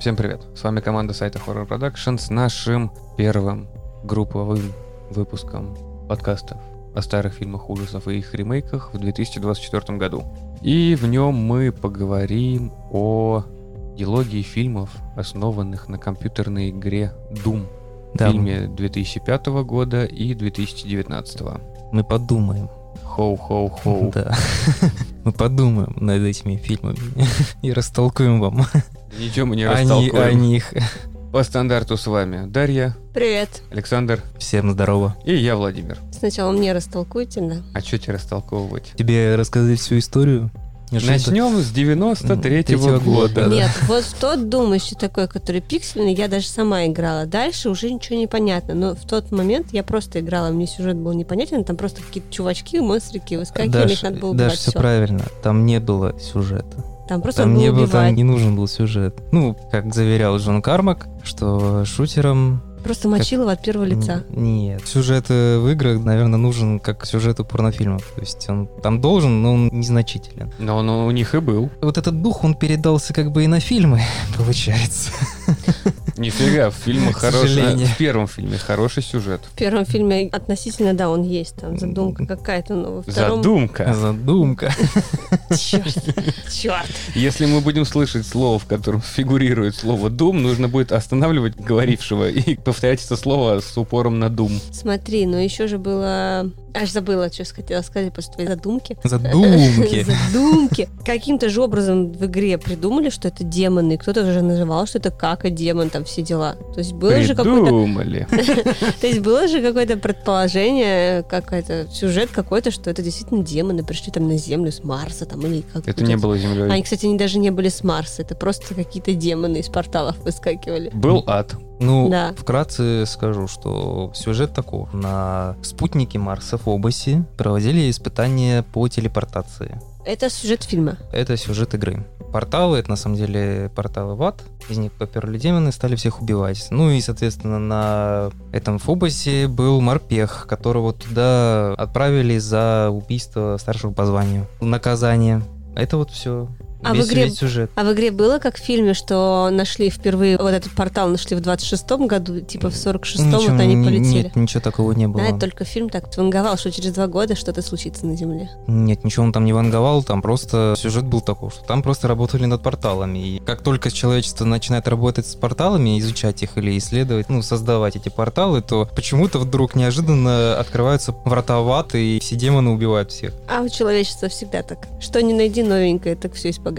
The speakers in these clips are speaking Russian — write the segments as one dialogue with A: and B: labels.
A: Всем привет! С вами команда сайта Horror Production с нашим первым групповым выпуском подкастов о старых фильмах ужасов и их ремейках в 2024 году. И в нем мы поговорим о дилогии фильмов, основанных на компьютерной игре Doom.
B: Да,
A: Фильме 2005 года и 2019.
B: мы подумаем.
A: Хоу-хоу-хоу.
B: Да. Мы подумаем над этими фильмами и растолкуем вам
A: Ничего мы не
B: о, ни- о
A: растолкуем.
B: них.
A: По стандарту с вами Дарья,
C: Привет.
A: Александр
B: Всем здорово.
A: и я, Владимир.
C: Сначала мне растолкуйте, да?
A: А что тебе растолковывать?
B: Тебе рассказать всю историю? Жутко.
A: Начнем с 93
B: Третьего
A: -го года.
B: года. Да-да.
C: Нет, вот в тот Doom еще такой, который пиксельный, я даже сама играла. Дальше уже ничего не понятно. Но в тот момент я просто играла, мне сюжет был непонятен, там просто какие-то чувачки, монстрики выскакивали, их
B: Даш,
C: надо было
B: Даш,
C: убивать.
B: все
C: всё.
B: правильно. Там не было сюжета.
C: Там просто
B: Там
C: надо
B: не
C: было
B: было, там
C: убивать.
B: не нужен был сюжет. Ну, как заверял Джон Кармак, что шутером
C: Просто мочилова от первого лица.
B: Н- Нет. Сюжет э, в играх, наверное, нужен как сюжету порнофильмов. То есть он там должен, но он незначителен.
A: Но он у них и был.
B: Вот этот дух, он передался как бы и на фильмы, получается.
A: Нифига, в фильмах
B: К
A: хороший...
B: сожалению.
A: В первом фильме хороший сюжет.
C: В первом фильме относительно, да, он есть, там задумка какая-то, но во втором...
A: Задумка.
B: Задумка.
C: Черт, черт.
A: Если мы будем слышать слово, в котором фигурирует слово «дум», нужно будет останавливать говорившего и повторять это слово с упором на «дум».
C: Смотри, но еще же было... Аж забыла, что хотела сказать после твоей задумки.
B: Задумки.
C: Задумки. Каким-то же образом в игре придумали, что это демоны. и Кто-то уже называл, что это как и демон, там все дела. То есть было же какое-то,
A: Придумали.
C: то есть было же какое-то предположение, какой-то сюжет какой-то, что это действительно демоны пришли там на Землю с Марса там или как.
A: Это не было землей.
C: Они, кстати, не- даже не были с Марса, это просто какие-то демоны из порталов выскакивали.
A: Был ад.
B: Ну,
C: Да.
B: вкратце скажу, что сюжет таков. На спутнике Марса в Обасе проводили испытания по телепортации.
C: Это сюжет фильма.
B: Это сюжет игры. Порталы, это на самом деле порталы в ад. Из них поперли демоны, стали всех убивать. Ну и, соответственно, на этом Фобосе был морпех, которого туда отправили за убийство старшего по званию. Наказание. Это вот все.
C: А в игре-
B: сюжет.
C: А в игре было, как в фильме, что нашли впервые вот этот портал нашли в 26-м году, типа в 46-м
B: Ничего
C: вот они
B: не-
C: полетели.
B: Нет, ничего такого не было.
C: Да, это только фильм так тванговал, что через два года что-то случится на Земле.
B: Нет, ничего он там не ванговал, там просто сюжет был такой, что там просто работали над порталами. И как только человечество начинает работать с порталами, изучать их или исследовать, ну, создавать эти порталы, то почему-то вдруг неожиданно открываются врата в ад, и все демоны убивают всех.
C: А у человечества всегда так. Что не найди новенькое, так все испоганит.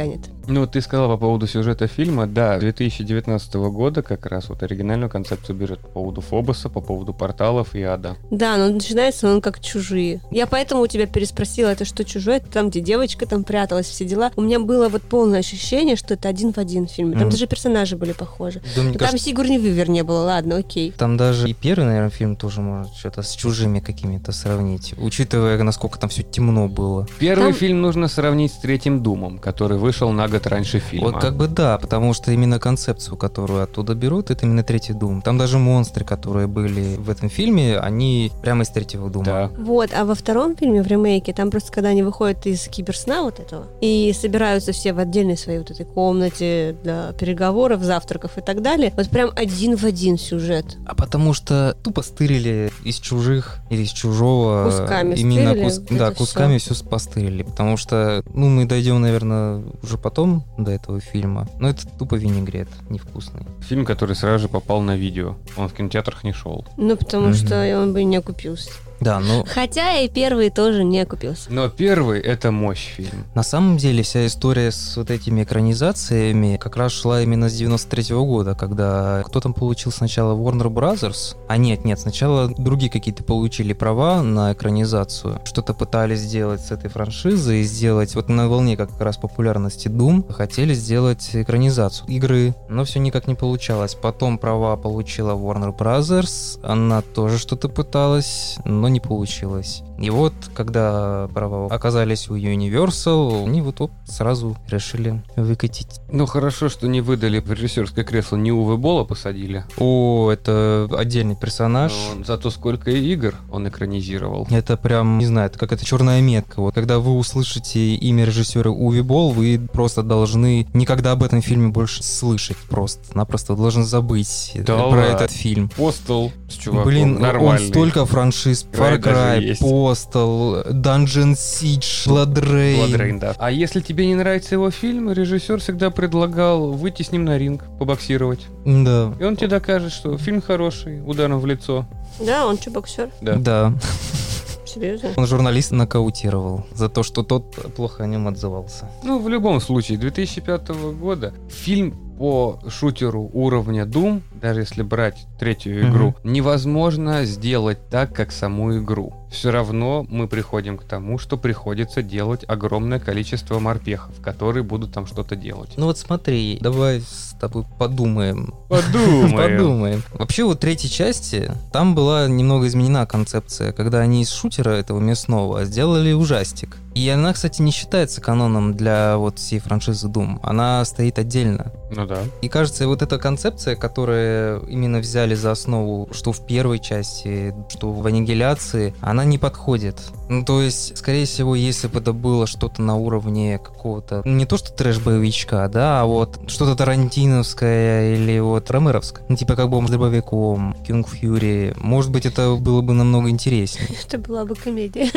A: Ну, ты сказала по поводу сюжета фильма. Да, 2019 года как раз вот оригинальную концепцию берет по поводу Фобоса, по поводу порталов и ада.
C: Да, но начинается он как чужие. Я поэтому у тебя переспросила, это что чужое, это там, где девочка там пряталась, все дела. У меня было вот полное ощущение, что это один в один фильм. Там
B: Мгм.
C: даже персонажи были похожи.
B: Да, мне
C: Там
B: кажется,
C: Сигурни Вивер не было, ладно, окей.
B: там даже и первый, наверное, фильм тоже может что-то с чужими какими-то сравнить, учитывая, насколько там все темно было.
A: Первый
C: Там-
A: фильм нужно сравнить с третьим Думом, который вышел на год раньше фильма.
B: Вот как бы да, потому что именно концепцию, которую оттуда берут, это именно третий Дум. Там даже монстры, которые были в этом фильме, они прямо из третьего Дума.
A: Да.
C: Вот, а во втором фильме, в ремейке, там просто когда они выходят из киберсна вот этого и собираются все в отдельной своей вот этой комнате для переговоров, завтраков и так далее, вот прям один в один сюжет.
B: А потому что тупо стырили из чужих или из чужого.
C: Кусками
B: именно
C: стырили
B: кус-
C: вот
B: Да,
C: это
B: кусками все постырили. Потому что, ну, мы дойдем, наверное, уже потом до этого фильма. Но это тупо винегрет, невкусный.
A: Фильм, который сразу же попал на видео. Он в кинотеатрах не шел.
C: Ну, потому
B: Мгм.
C: что он бы не окупился.
B: Да, но
C: Хотя и первый тоже не окупился.
A: Но первый — это мощь фильм.
B: На самом деле вся история с вот этими экранизациями как раз шла именно с 93 года, когда кто там получил сначала Warner Brothers, а нет, нет, сначала другие какие-то получили права на экранизацию, что-то пытались сделать с этой франшизой, сделать вот на волне как раз популярности Doom, хотели сделать экранизацию игры, но все никак не получалось. Потом права получила Warner Brothers, она тоже что-то пыталась, но не получилось. И вот, когда права оказались у Universal, они вот оп, сразу решили выкатить.
A: Ну хорошо, что не выдали в режиссерское кресло, не Уве Бола посадили.
B: О, это отдельный персонаж.
A: Но он- зато сколько игр он экранизировал.
B: Это прям, не знаю, это как это черная метка. Вот когда вы услышите имя режиссера Уви Болл, вы просто должны никогда об этом фильме больше слышать. Просто-напросто должны забыть
A: Да
B: про
A: ладно.
B: этот фильм.
A: Постол с чуваком
B: Блин,
A: нормальный.
B: он столько франшиз. Far
A: Играет даже
B: Cry,
A: есть.
B: Postal, Dungeon Siege, Blood Rain.
A: Blood Rain, да. А если тебе не нравится его фильм, режиссер всегда предлагал выйти с ним на ринг, побоксировать.
B: Да.
A: И он тебе докажет, что фильм хороший, ударом в лицо.
C: Да, он что, боксер?
A: Да.
B: да.
C: Серьезно?
B: Он журналист нокаутировал за то, что тот плохо о нем отзывался.
A: Ну, в любом случае, 2005 года фильм по шутеру уровня Doom, даже если брать третью
B: Мгм.
A: игру, невозможно сделать так, как саму игру. Все равно мы приходим к тому, что приходится делать огромное количество морпехов, которые будут там что-то делать.
B: Ну вот смотри, давай с тобой подумаем.
A: Подумай.
B: Подумаем. Вообще, вот третьей части, там была немного изменена концепция, когда они из шутера этого мясного сделали ужастик. И она, кстати, не считается каноном для вот всей франшизы Doom. Она стоит отдельно.
A: Ну да.
B: И кажется, вот эта концепция, которую именно взяли за основу, что в первой части, что в аннигиляции, она не подходит. Ну, то есть, скорее всего, если бы это было что-то на уровне какого-то, не то что трэш-боевичка, да, а вот что-то тарантиновское или вот ромеровское. Ну, типа как «Бомж с дробовиком», «Кинг Фьюри». Может быть, это было бы намного интереснее.
C: Это была бы комедия.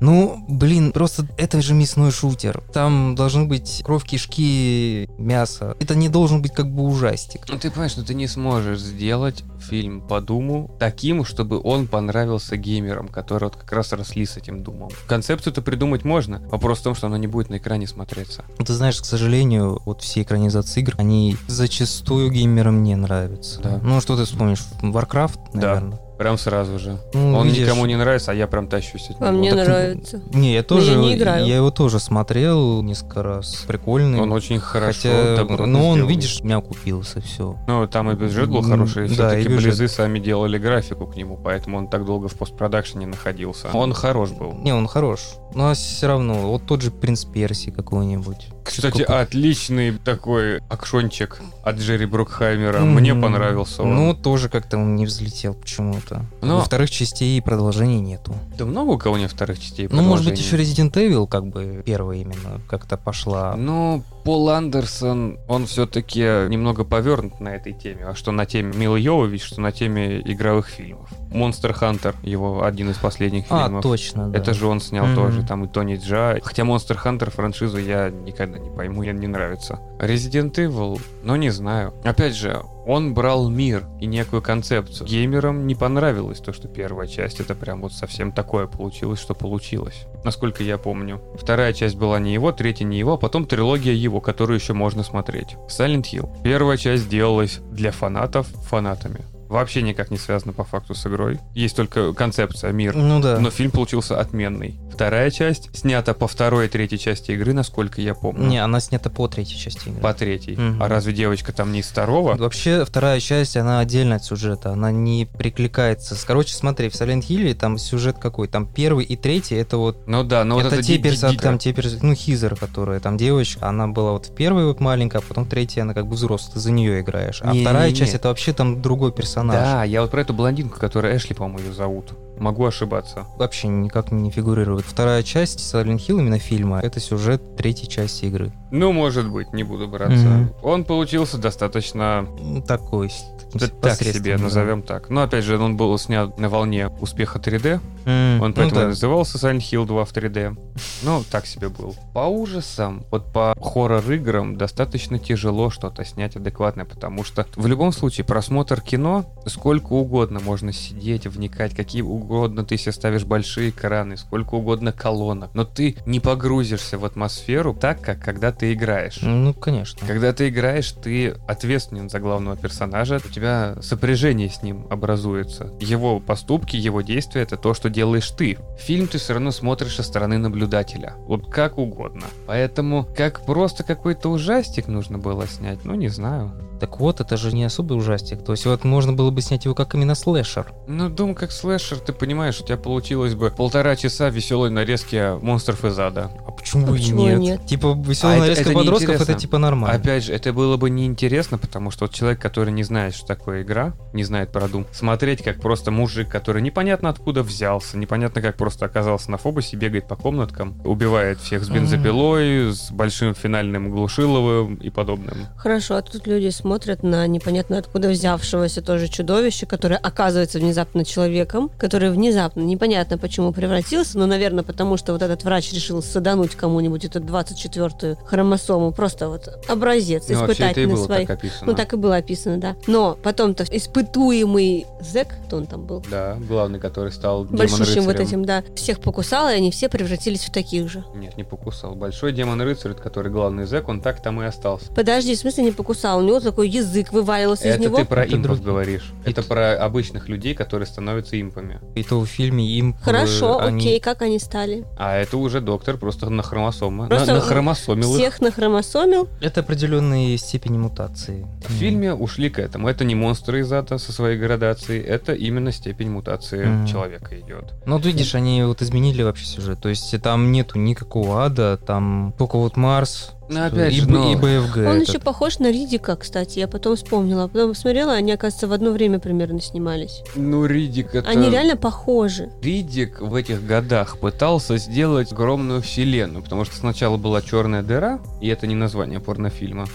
B: Ну, блин, просто это же мясной шутер. Там должны быть кровь, кишки, мясо. Это не должен быть как бы ужастик.
A: Ну ты понимаешь, что ты не сможешь сделать фильм по Думу таким, чтобы он понравился геймерам, которые вот как раз росли с этим Думом. Концепцию-то придумать можно, вопрос в том, что она не будет на экране смотреться.
B: Ну, Ты знаешь, к сожалению, вот все экранизации игр, они зачастую геймерам не нравятся.
A: Да.
B: Ну, что ты вспомнишь? Warcraft,
A: Да.
B: наверное.
A: Прям сразу же.
B: Ну,
A: он
B: видишь,
A: никому не нравится, а я прям тащусь от него.
C: А мне
B: так ты-
C: нравится.
B: Не, я тоже,
C: я не играю.
B: я его тоже смотрел несколько раз. Прикольный.
A: Он очень хорошо,
B: Хотя,
A: добротно
B: ну, он,
A: сделан.
B: видишь, меня купился, все.
A: Ну, там и бюджет был
B: М,
A: хороший, и
B: да,
A: все-таки
B: и бюджет.
A: близы сами делали графику к нему, поэтому он так долго в постпродакшене находился. Он хорош был.
B: Не, он хорош. Но все равно, вот тот же принц Перси какой-нибудь.
A: Кстати,
B: Сколько-
A: отличный такой акшончик от Джерри Брукхаймера.
B: Мгм.
A: Мне понравился он. Ну, а
B: Ну, тоже как-то он не взлетел почему-то.
A: Но-
B: Во вторых частей продолжений нету.
A: Да много у кого не вторых частей
B: Ну, может быть,
A: продолжений.
B: еще Resident Evil, как бы, первая именно как-то пошла.
A: Ну, Пол Андерсон, он все-таки немного повернут на этой теме. А что на теме Милы Йовович, что на теме игровых фильмов. Монстр Хантер, его один из последних
B: А,
A: фильмов.
B: точно, да.
A: ну, Это же он снял
B: Мгм.
A: тоже, там и Тони Джа. Хотя Monster Hunter франшизу я никогда не пойму, мне не нравится. Resident Evil, ну не знаю. Опять же, он брал мир и некую концепцию. Геймерам не понравилось то, что первая часть, это прям вот совсем такое получилось, что получилось. Насколько я помню. Вторая часть была не его, третья не его, а потом трилогия его, которую еще можно смотреть. Silent Hill. Первая часть делалась для фанатов фанатами. Вообще никак не связано по факту с игрой. Есть только концепция, мир.
B: Ну да.
A: Но фильм получился отменный. Вторая часть снята по второй и третьей части игры, насколько я помню.
B: Не, она снята по третьей части игры.
A: ну. По третьей.
B: Мгм.
A: А разве девочка там не из второго?
B: Вообще, вторая часть, она отдельно от сюжета, она не прикликается. С- Короче, смотри, в Silent Hill там сюжет какой? Там первый и третий, это вот...
A: Ну да, но вот
B: это
A: это
B: те
A: ди- ди-
B: персо-
A: дико.
B: там те перс- ну, Хизер, которая, там девочка, она была вот в первой вот маленькая, а потом третья, она как бы взрослая, ты за нее играешь. А
A: Не-не-не.
B: вторая часть, это вообще там другой персонаж.
A: Да, я вот про эту блондинку, которая Эшли, по-моему, ее зовут. Могу ошибаться.
B: Вообще никак не фигурирует. Вторая часть Silent Hill, именно фильма, это сюжет третьей части игры.
A: Ну, может быть, не буду браться.
B: Мгм.
A: Он получился достаточно
B: Ну, Такой, с- таким
A: да, так себе,
B: посредственным, да.
A: назовем так. Но опять же, он был снят на волне успеха 3D,
B: М,
A: Он
B: ну
A: поэтому и
B: да.
A: назывался Silent Hill 2 в 3D. Ну, так себе был. По ужасам, вот по хоррор-играм достаточно тяжело что-то снять адекватное, потому что в любом случае просмотр кино сколько угодно можно сидеть, вникать, какие угодно ты себе ставишь большие экраны, сколько угодно колонок, но ты не погрузишься в атмосферу так, как когда ты играешь.
B: Ну, конечно.
A: Когда ты играешь, ты ответственен за главного персонажа, у тебя сопряжение с ним образуется. Его поступки, его действия — это то, что делаешь ты. Фильм ты все равно смотришь со стороны наблюдателя. Вот как угодно. Поэтому как просто какой-то ужастик нужно было снять, ну не знаю.
B: Так вот, это же не особый ужастик. То есть вот можно было бы снять его как именно слэшер.
A: Ну, думаю, как слэшер, ты понимаешь, у тебя получилось бы полтора часа веселой нарезки монстров из ада.
B: А почему,
C: А
B: бы и
C: почему и
B: нет?
C: нет?
B: Типа веселая
A: А это-
B: нарезка
A: это
B: подростков
A: неинтересно.
B: это типа нормально.
A: Опять же, это было бы неинтересно, потому что вот человек, который не знает, что такое игра, не знает про Doom, смотреть, как просто мужик, который непонятно откуда взялся, непонятно как просто оказался на фобусе, бегает по комнаткам, убивает всех с бензопилой, с большим финальным глушиловым и подобным.
C: Хорошо, а тут люди смотрят на непонятно откуда взявшегося тоже чудовище, которое оказывается внезапно человеком, который внезапно, непонятно почему превратился, но, наверное, потому что вот этот врач решил садануть кому-нибудь эту 24-ю хромосому, просто вот образец,
A: Ну, вообще, это и
C: испытательный
A: было
C: своих.
A: так описано.
C: Ну, так и было описано, да. Но потом-то испытуемый зэк, кто он там был,
A: Да, главный, который стал
C: большущим вот
A: демон-рыцарем.
C: этим, да, всех покусал, и они все превратились в таких же.
A: Нет, не покусал. Большой демон-рыцарь, который главный зэк, он так там и остался.
C: Подожди, в смысле не покусал? У него такой язык вываливался из
A: Это
C: него.
A: ты про
B: Это
A: импов
B: другие.
A: говоришь. Это про обычных людей, которые становятся импами.
B: И то в фильме им...
C: Хорошо,
B: э, они-
C: окей, как они стали?
A: А это уже доктор просто на хромосома.
C: Просто
A: на, нахромосомил их.
C: Всех нахромосомил.
B: Это определенные степени мутации.
A: В фильме ушли к этому. Это не монстры из ада со своей градацией, это именно степень мутации
B: Мгм.
A: человека идет.
B: Ну, вот видишь, они вот изменили вообще сюжет. То есть там нету никакого ада, там только вот Марс
A: Ну, опять
B: и,
A: же,
B: Б-
A: но-
B: и БФГ.
C: Он
B: этот.
C: еще похож на Ридика, кстати. Я потом вспомнила. Потом посмотрела, они, оказывается, в одно время примерно снимались.
A: Ну, Ридик это...
C: Они реально похожи.
A: Ридик в этих годах пытался сделать огромную вселенную, потому что сначала была «Черная дыра», и это не название порнофильма,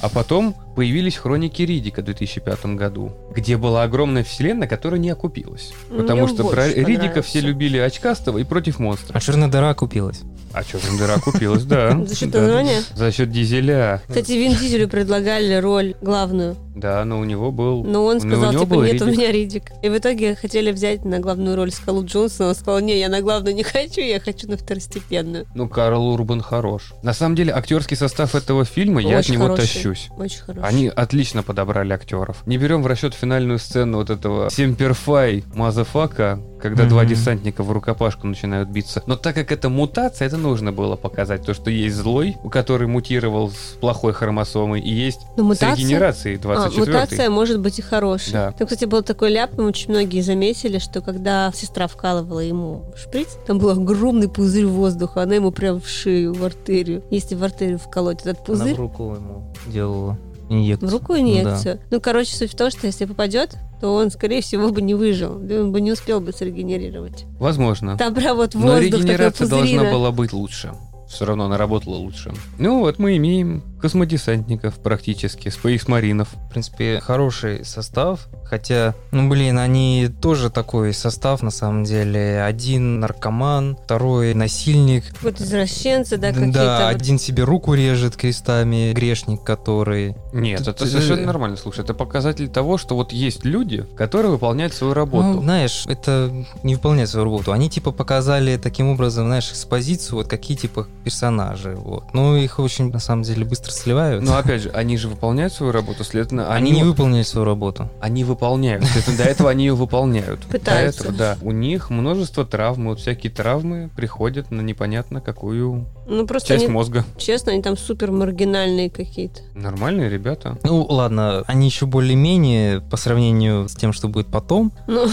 A: а потом появились «Хроники Ридика» в 2005 году, где была огромная вселенная, которая не окупилась. Потому
C: Ну, Мне
A: что
C: больше
A: про Ридика
C: понравился.
A: все любили очкастого и против монстра.
B: А черная дыра купилась.
A: А «Черная дыра» окупилась, да.
C: За счет
A: Да.
C: названия.
A: За счет дизеля.
C: Кстати, Вин Дизелю предлагали роль главную,
A: Да, но у него был...
C: но он
A: Ну, у
C: сказал,
A: него
C: типа,
A: был
C: нет, у
A: Риддик».
C: меня Ридик. И в итоге хотели взять на главную роль Скалу Джонсона, он сказал, не, я на главную не хочу, я хочу на второстепенную.
A: Ну, Карл Урбан хорош. На самом деле, актерский состав этого фильма, я от
C: Очень
A: него
C: хороший.
A: тащусь.
C: Очень хорошо.
A: Они отлично подобрали актеров. Не берем в расчет финальную сцену вот этого Семперфай Мазафака, когда два
B: Мгм.
A: десантника в рукопашку начинают биться. Но так как это мутация, это нужно было показать. То, что есть злой, у который мутировал с плохой хромосомой, и есть
C: Но
A: с регенерацией
C: А,
A: 24
C: мутация может быть и хорошей.
A: Да.
C: Там, кстати, был такой ляп, и очень многие заметили, что когда сестра вкалывала ему шприц, там был огромный пузырь воздуха, она ему прям в шею, в артерию. Если в артерию вколоть этот
B: Она
C: пузырь,
B: в руку ему делала инъекцию.
C: в руку инъекцию. Ну, короче, суть в том, что если попадет, то он, скорее всего, бы не выжил, да он бы не успел бы срегенерировать.
A: Возможно.
C: Там прям вот
A: Но
C: воздух такой
A: регенерация должна
C: пузырина.
A: была быть лучше. Все равно она работала лучше. Ну вот мы имеем космодесантников практически, спейс-маринов.
B: В принципе, хороший состав. Хотя, ну блин, они тоже такой состав на самом деле. Один наркоман, второй насильник.
C: Вот извращенцы, да, какие-то.
B: да,
C: вот.
B: один себе руку режет крестами, грешник который.
A: Нет,
B: Ты-
A: это
B: ты-
A: совершенно нормально, слушай. Это показатель того, что вот есть люди, которые выполняют свою
B: Ну,
A: работу.
B: знаешь, это не выполняет свою работу. Они типа показали таким образом, знаешь, экспозицию, вот какие типа персонажи. Вот. Ну, их очень на самом деле быстро
C: Ну,
B: сливают.
A: Но опять же, они же выполняют свою работу, следовательно,
B: они
A: Ну, а они,
B: не выполнили свою работу.
A: они выполняют. Следовательно, до этого они ее выполняют.
C: Пытаются.
A: До этого, да. У них множество травм, вот всякие травмы приходят на непонятно какую
C: Ну, просто
A: часть
C: они,
A: мозга.
C: честно, они там супер маргинальные какие-то.
A: Нормальные ребята.
B: Ну, ладно, они еще более-менее по сравнению с тем, что будет потом.
C: Ну,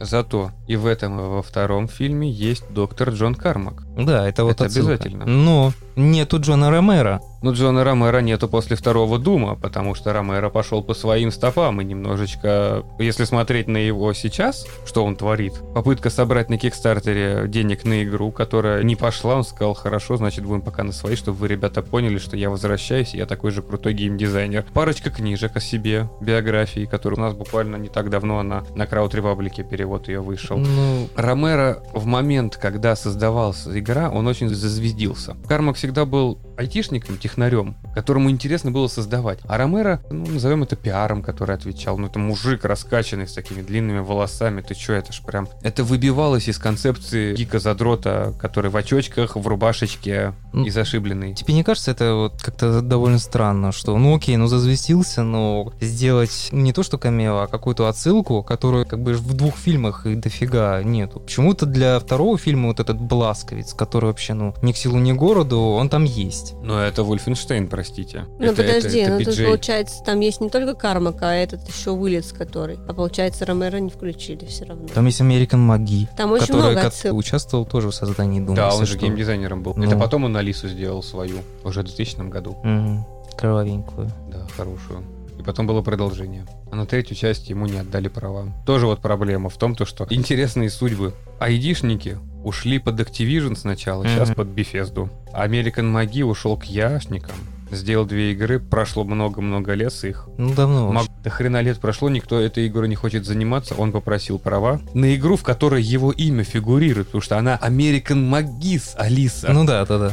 A: Зато и в этом, и во втором фильме есть доктор Джон Кармак.
B: Да, это вот
A: Это
B: отсылка.
A: обязательно.
B: Но нету Джона Ромера.
A: Но Джона Ромера нету после второго Дума, потому что Ромеро пошел по своим стопам и немножечко, если смотреть на его сейчас, что он творит, попытка собрать на Кикстартере денег на игру, которая не пошла, он сказал, хорошо, значит, будем пока на свои, чтобы вы, ребята, поняли, что я возвращаюсь, и я такой же крутой геймдизайнер. Парочка книжек о себе, биографии, которая у нас буквально не так давно она на Крауд Репаблике перевод ее вышел.
B: Ну,
A: Ромеро в момент, когда создавалась игра, он очень зазвездился. Кармак всегда был айтишником, технарем, которому интересно было создавать. А Ромеро, ну, назовем это пиаром, который отвечал. Ну, это мужик раскачанный с такими длинными волосами. Ты чё, это ж прям... Это выбивалось из концепции гика-задрота, который в очочках, в рубашечке
B: Ну,
A: и зашибленный.
B: тебе не кажется это вот как-то довольно странно, что ну окей, ну зазвестился, но сделать не то что камео, а какую-то отсылку, которую как бы в двух фильмах и дофига нету. Почему-то для второго фильма вот этот Бласковец, который вообще ну ни к силу, ни к городу, всего, он там есть.
A: Но это Вольфенштейн, простите.
C: Ну
A: это,
C: подожди,
A: это, это
C: ну тут
A: BJ.
C: получается, там есть не только Кармак, а этот еще вылез, который. А получается, Ромеро не включили все равно.
B: Там есть American Маги,
C: Там очень
B: который
C: много
B: кот-
A: ну,
C: отсылок.
B: участвовал тоже в создании Думы.
A: Да,
B: если
A: он же
B: что.
A: геймдизайнером был.
B: Ну.
A: Это потом он Алису сделал свою, уже в 2000 году.
B: Мгм. Кровавенькую.
A: Да, хорошую. И потом было продолжение. А на третью часть ему не отдали права. Тоже вот проблема в том, то, что интересные судьбы. Айдишники ушли под Activision сначала, сейчас
B: Мгм.
A: под Bethesda. American Маги ушел к Яшникам. Сделал две игры, прошло много-много лет с их.
B: Ну, давно
A: Маг-
B: уже.
A: До хрена лет прошло, никто этой игрой не хочет заниматься, он попросил права на игру, в которой его имя фигурирует, потому что она American Magis, Алиса.
B: Ну да, да, да.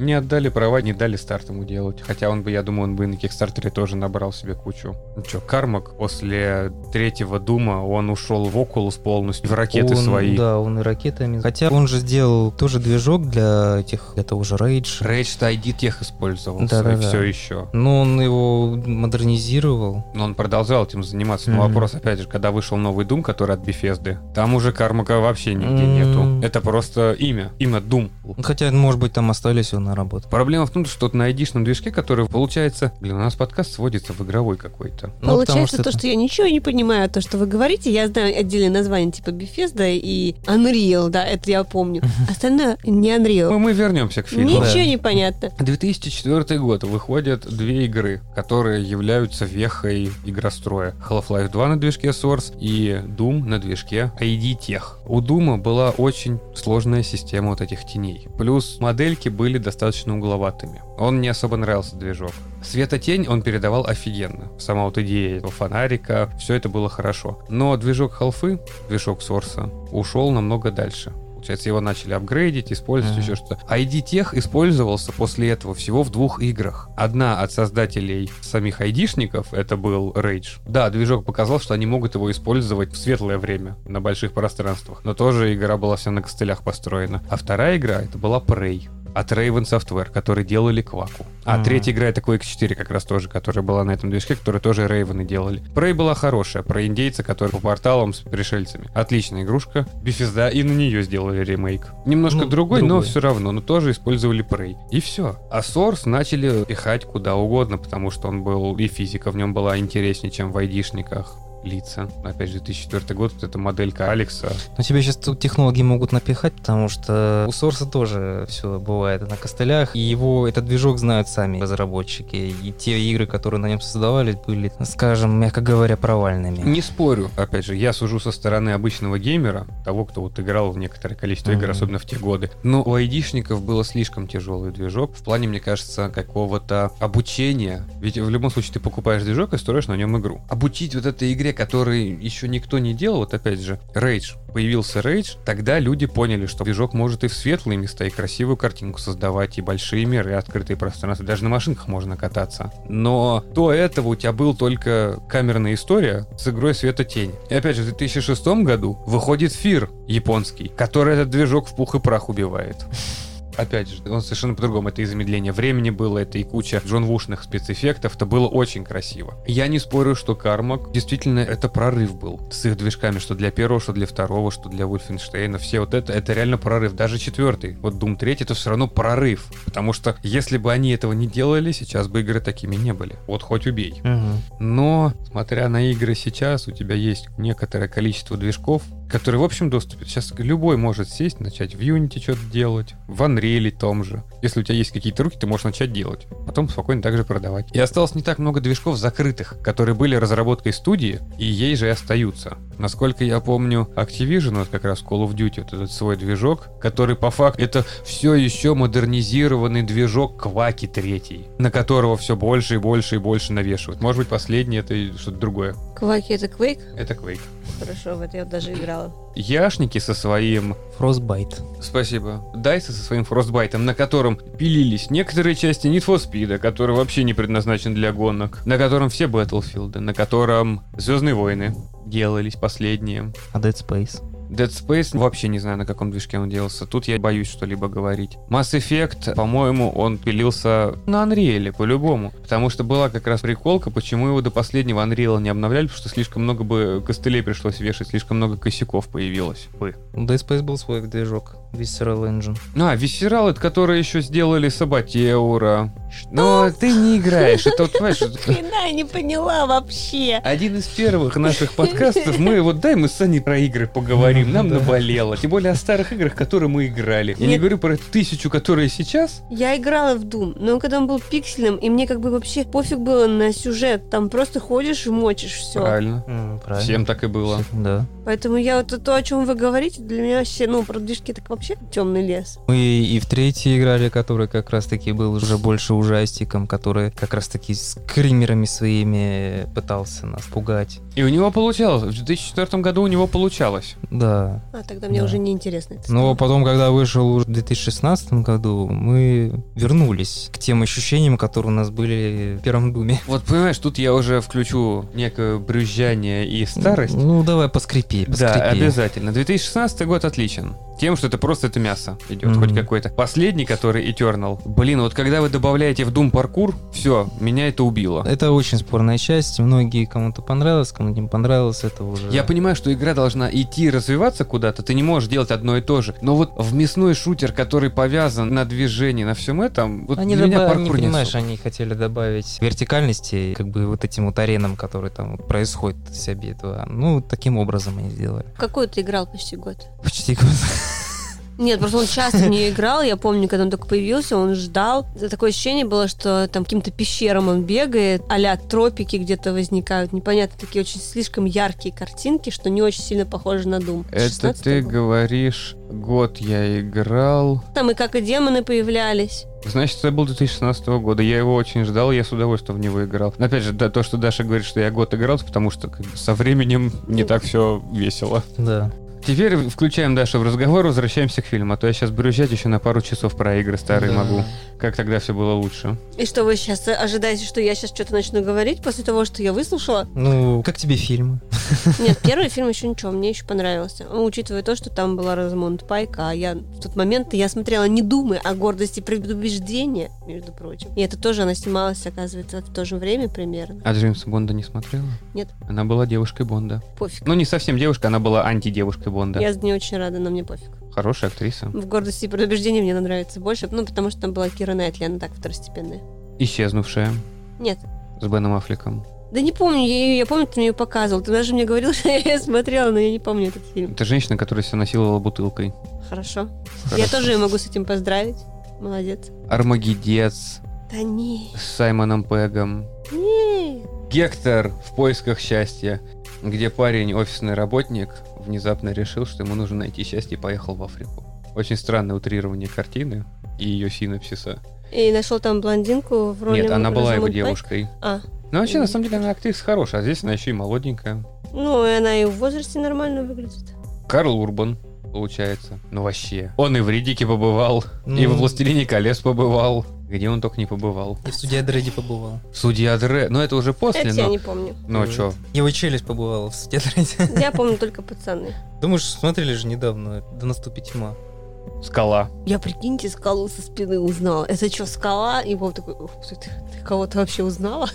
A: Не отдали права, не дали старт ему делать. Хотя он бы, я думаю, он бы и на Кикстартере тоже набрал себе кучу. Ну чё, Кармак после третьего Дума, он ушел в Окулус полностью, в ракеты
B: Он-
A: свои.
B: Да, он и ракетами. Хотя он же сделал тоже движок для этих, для того же Rage.
A: Rage ID тех использовался, и
B: Да-да-да.
A: все еще.
B: Но он его модернизировал.
A: Но он продолжал этим заниматься. Но
B: Мгм.
A: вопрос, опять же, когда вышел новый Дум, который от Бефезды, там уже Кармака вообще нигде
B: М.
A: нету. Это просто имя. Имя Дум.
B: Ну, Хотя, может быть, там остались его наработки.
A: Проблема в том, что на айдишном движке, который получается... Блин, у нас подкаст сводится в игровой какой-то.
B: Ну, потому
C: Получается
B: что
C: то,
B: это-
C: что я ничего не понимаю, то, что вы говорите, я знаю отдельные названия типа Bethesda и Unreal, да, это я помню. Остальное не
A: Мы,
C: Unreal.
A: Ну, мы вернемся к фильму.
B: Да.
C: Ничего не понятно.
A: 2004 год выходят две игры, которые являются вехой игростроя. Half-Life 2 на движке Source и Doom на движке ID Tech. У Doom была очень сложная система вот этих теней. Плюс модельки были достаточно угловатыми. Он не особо нравился движок. Светотень он передавал офигенно. Сама вот идея этого фонарика, все это было хорошо. Но движок халфы, движок Сорса, ушел намного дальше. Получается, его начали апгрейдить, использовать
B: Мгм.
A: еще что-то. ID Tech использовался после этого всего в двух играх. Одна от создателей самих айдишников, это был Rage. Да, движок показал, что они могут его использовать в светлое время, на больших пространствах. Но тоже игра была вся на костылях построена. А вторая игра, это была Prey от Raven Software, которые делали Кваку. А
B: Мгм.
A: третья игра это Quake 4 как раз тоже, которая была на этом движке, которую тоже Рейвены делали. Prey была хорошая, про индейца, который по порталам с пришельцами. Отличная игрушка. Bethesda и на нее сделали ремейк. Немножко
B: Ну,
A: другой, но
B: другой.
A: все равно, но тоже использовали Prey. И все. А Source начали пихать куда угодно, потому что он был, и физика в нем была интереснее, чем в айдишниках лица. Опять же, 2004 год, вот эта моделька Алекса.
B: Но тебе сейчас тут технологии могут напихать, потому что у Сорса тоже все бывает на костылях. И его этот движок знают сами разработчики. И те игры, которые на нем создавались, были, скажем, мягко говоря, провальными.
A: Не спорю. Опять же, я сужу со стороны обычного геймера, того, кто вот играл в некоторое количество игр,
B: Мгм.
A: особенно в те годы. Но у айдишников было слишком тяжелый движок в плане, мне кажется, какого-то обучения. Ведь в любом случае ты покупаешь движок и строишь на нем игру. Обучить вот этой игре, которой еще никто не делал, вот опять же, Rage. Появился Rage, тогда люди поняли, что движок может и в светлые места, и красивую картинку создавать, и большие миры, и открытые пространства. Даже на машинках можно кататься. Но до этого у тебя был только камерная история с игрой света тень. И опять же, в 2006 году выходит Фир японский, который этот движок в пух и прах убивает. Опять же, он совершенно по-другому. Это и замедление времени было, это и куча Джон Вушных спецэффектов. Это было очень красиво. Я не спорю, что Кармак действительно это прорыв был с их движками, что для первого, что для второго, что для Вульфенштейна. Все вот это, это реально прорыв. Даже четвертый, вот Doom 3, это все равно прорыв. Потому что если бы они этого не делали, сейчас бы игры такими не были. Вот хоть убей.
B: Мгм.
A: Но, смотря на игры сейчас, у тебя есть некоторое количество движков, которые в общем доступе. Сейчас любой может сесть, начать в Unity что-то делать, в Unreal том же. Если у тебя есть какие-то руки, ты можешь начать делать. Потом спокойно также продавать. И осталось не так много движков закрытых, которые были разработкой студии, и ей же и остаются. Насколько я помню, Activision, вот как раз Call of Duty, вот этот свой движок, который по факту это все еще модернизированный движок Кваки 3, на которого все больше и больше и больше навешивают. Может быть, последний это и что-то другое.
C: Кваки это Quake?
A: Это Quake.
C: Хорошо, в это я даже играла.
A: Яшники со своим...
B: Frostbite.
A: Спасибо. Дайса со своим фростбайтом, на котором пилились некоторые части Need for Speed, который вообще не предназначен для гонок, на котором все Battlefield, на котором Звездные войны делались последние.
B: А Dead Space.
A: Dead Space вообще не знаю, на каком движке он делался. Тут я боюсь что-либо говорить. Mass Effect, по-моему, он пилился на Unreal, по-любому. Потому что была как раз приколка, почему его до последнего Unreal не обновляли, потому что слишком много бы костылей пришлось вешать, слишком много косяков появилось бы.
B: У Dead Space был свой движок. Visceral Engine.
A: А, Visceral, это которые еще сделали Сабатеура. Но а ты не играешь. Это вот, понимаешь, это-
C: Хрена, я не поняла вообще.
A: один из первых наших подкастов. Мы вот дай мы с Саней про игры поговорим. Нам
B: Да.
A: наболело. Тем более о старых играх, которые мы играли. Я не
C: Нет.
A: говорю про тысячу, которые сейчас.
C: Я играла в Doom, но когда он был пиксельным, и мне как бы вообще пофиг было на сюжет, там просто ходишь и мочишь все.
A: Правильно.
B: М, Правильно.
A: Всем так и было.
B: Всем, Да.
C: Поэтому я вот то, о чем вы говорите, для меня вообще, ну, про движки так вообще темный лес.
B: Мы и в третий играли, который как раз-таки был уже больше ужастиком, который как раз-таки с кримерами своими пытался нас пугать.
A: И у него получалось. В 2004 году у него получалось.
B: Да.
C: А тогда мне
B: Да.
C: уже неинтересно
A: Ну,
C: это
B: Но
C: стало.
B: потом, когда вышел уже в 2016 году, мы вернулись к тем ощущениям, которые у нас были в первом Думе.
A: Вот понимаешь, тут я уже включу некое брюзжание и старость.
B: Ну, давай поскрипи,
A: Да,
B: поскрипи.
A: обязательно. 2016 год отличен. Тем, что это просто это мясо идет, хоть
B: Мгм.
A: какой-то. Последний, который Eternal. Блин, вот когда вы добавляете в Doom паркур, все, меня это убило.
B: Это очень спорная часть. Многие кому-то понравилось, кому-то не понравилось. Это уже...
A: Я понимаю, что игра должна идти и развиваться куда-то, ты не можешь делать одно и то же. Но вот в мясной шутер, который повязан на движении, на всем этом, вот
B: Они
A: для меня
B: добав- не
A: паркур не
B: понимаешь,
A: особо.
B: они хотели добавить вертикальности, как бы вот этим вот аренам, которые там вот происходят вся битва. Ну, таким образом они сделали.
C: Какой ты играл почти год?
B: Почти как-
C: Нет, просто он часто не играл. Я помню, когда он только появился, он ждал. Такое ощущение было, что там каким-то пещерам он бегает, а тропики где-то возникают. Непонятно, такие очень слишком яркие картинки, что не очень сильно похоже на Дум.
A: Это ты говоришь, год я играл.
C: Там и как и демоны появлялись.
A: Значит, это был 2016 года. Я его очень ждал, я с удовольствием в него играл. Но опять же, да, то, что Даша говорит, что я год играл, потому что как бы, со временем не так все весело.
B: Да.
A: Теперь включаем Дашу в разговор, возвращаемся к фильму. А то я сейчас брюзжать еще на пару часов про игры старые
B: Да.
A: могу. Как тогда все было лучше.
C: И что вы сейчас ожидаете, что я сейчас что-то начну говорить после того, что я выслушала?
B: Ну, как тебе фильмы?
C: Нет, первый фильм еще ничего, мне еще понравился. Ну, Учитывая то, что там была Розамонд Пайк, а я в тот момент я смотрела не думая о гордости и предубеждении, между прочим. И это тоже она снималась, оказывается, в то же время примерно.
A: А Джеймса Бонда не смотрела?
C: Нет.
A: Она была девушкой Бонда.
C: Пофиг.
A: Ну, не совсем девушка, она была антидевушкой Бонда.
C: Я не очень рада, но мне пофиг.
A: Хорошая актриса.
C: В гордости и предубеждении мне она нравится больше, ну, потому что там была Кира Найтли, она так второстепенная.
A: Исчезнувшая.
C: Нет.
A: С Беном Аффлеком.
C: Да не помню, я, её- я помню, ты мне ее показывал. Ты даже мне говорил, что я её смотрела, но я не помню этот фильм.
A: Это женщина, которая себя насиловала бутылкой.
C: Хорошо. Я тоже её могу с этим поздравить. Молодец.
A: Армагедец
C: Да не.
A: с Саймоном Пегом.
C: Не.
A: Гектор в поисках счастья, где парень, офисный работник, внезапно решил, что ему нужно найти счастье и поехал в Африку. Очень странное утрирование картины и ее синапсиса.
C: И нашел там блондинку в роли...
A: Нет, она была его
C: Розамунд Пайк?
A: девушкой.
C: А,
A: Но вообще, на самом деле, она актриса хорошая, а здесь она еще и молоденькая.
C: ну и она и в возрасте нормально выглядит.
A: Карл Урбан, получается. Ну вообще. Он и в Ридике побывал, и
B: Ну.
A: во Властелине колец побывал. Где он только не побывал.
B: И в студии Дредди побывал.
A: Судья Дре. Ну это уже после,
C: Это я
A: но...
C: не помню.
A: Ну что,
B: Его челюсть побывала в студии Дредди.
C: Я помню только пацаны.
B: Думаешь, смотрели же недавно «Да наступит тьма».
A: скала.
C: Я, прикиньте, скалу со спины узнала. Это что, скала? И Вов такой, «Ух, ты, ты- ты кого-то вообще узнала?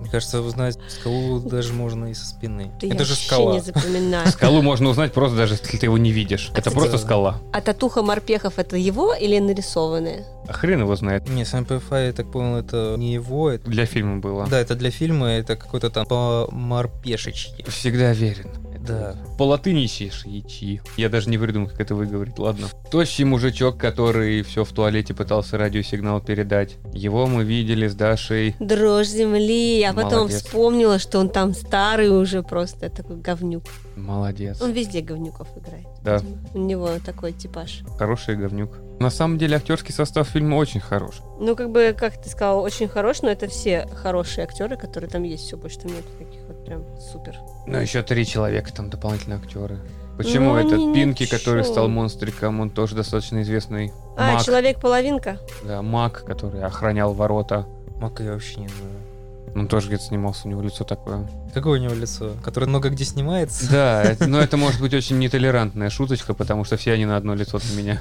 B: Мне кажется, узнать скалу даже можно и со спины.
C: Да я
B: Это же
C: вообще
B: скала.
C: не запоминаю.
A: Скалу можно узнать просто даже, если ты его не видишь. Это
C: кстати,
A: просто
B: да.
A: скала.
C: А татуха морпехов это его или нарисованная?
A: А Хрен его знает.
B: Не, сам PFI, я так понял, это не его, это... а.
A: Для фильма было.
B: Да, это для фильма, это какой-то там по морпешечке.
A: Всегда верен.
B: Да.
A: По латыни ячи. Я даже не придумал, как это выговорить, ладно. Тощий мужичок, который все в туалете пытался радиосигнал передать. Его мы видели с Дашей.
C: Дрожь земли. Я потом
A: Молодец.
C: вспомнила, что он там старый уже просто такой говнюк.
A: Молодец.
C: Он везде говнюков играет.
A: Да.
C: видимо. У него такой типаж.
A: Хороший говнюк. На самом деле актерский состав фильма очень хорош.
C: Ну, как бы, как ты сказал, очень хорош, но это все хорошие актеры, которые там есть. Все, больше там нет таких вот прям супер.
A: Но еще три человека там дополнительно актеры. Почему
C: Ну,
A: этот
C: они
A: Пинки,
C: ничего.
A: который стал монстриком, он тоже достаточно известный
C: А,
A: маг.
C: человек-половинка.
A: Да, маг, который охранял ворота.
B: Мака я вообще не знаю.
A: Он тоже где-то снимался, у него лицо такое.
B: Какое у него лицо? Которое много где снимается?
A: Да, это- но это может быть очень нетолерантная шуточка, потому что все они на одно лицо для меня.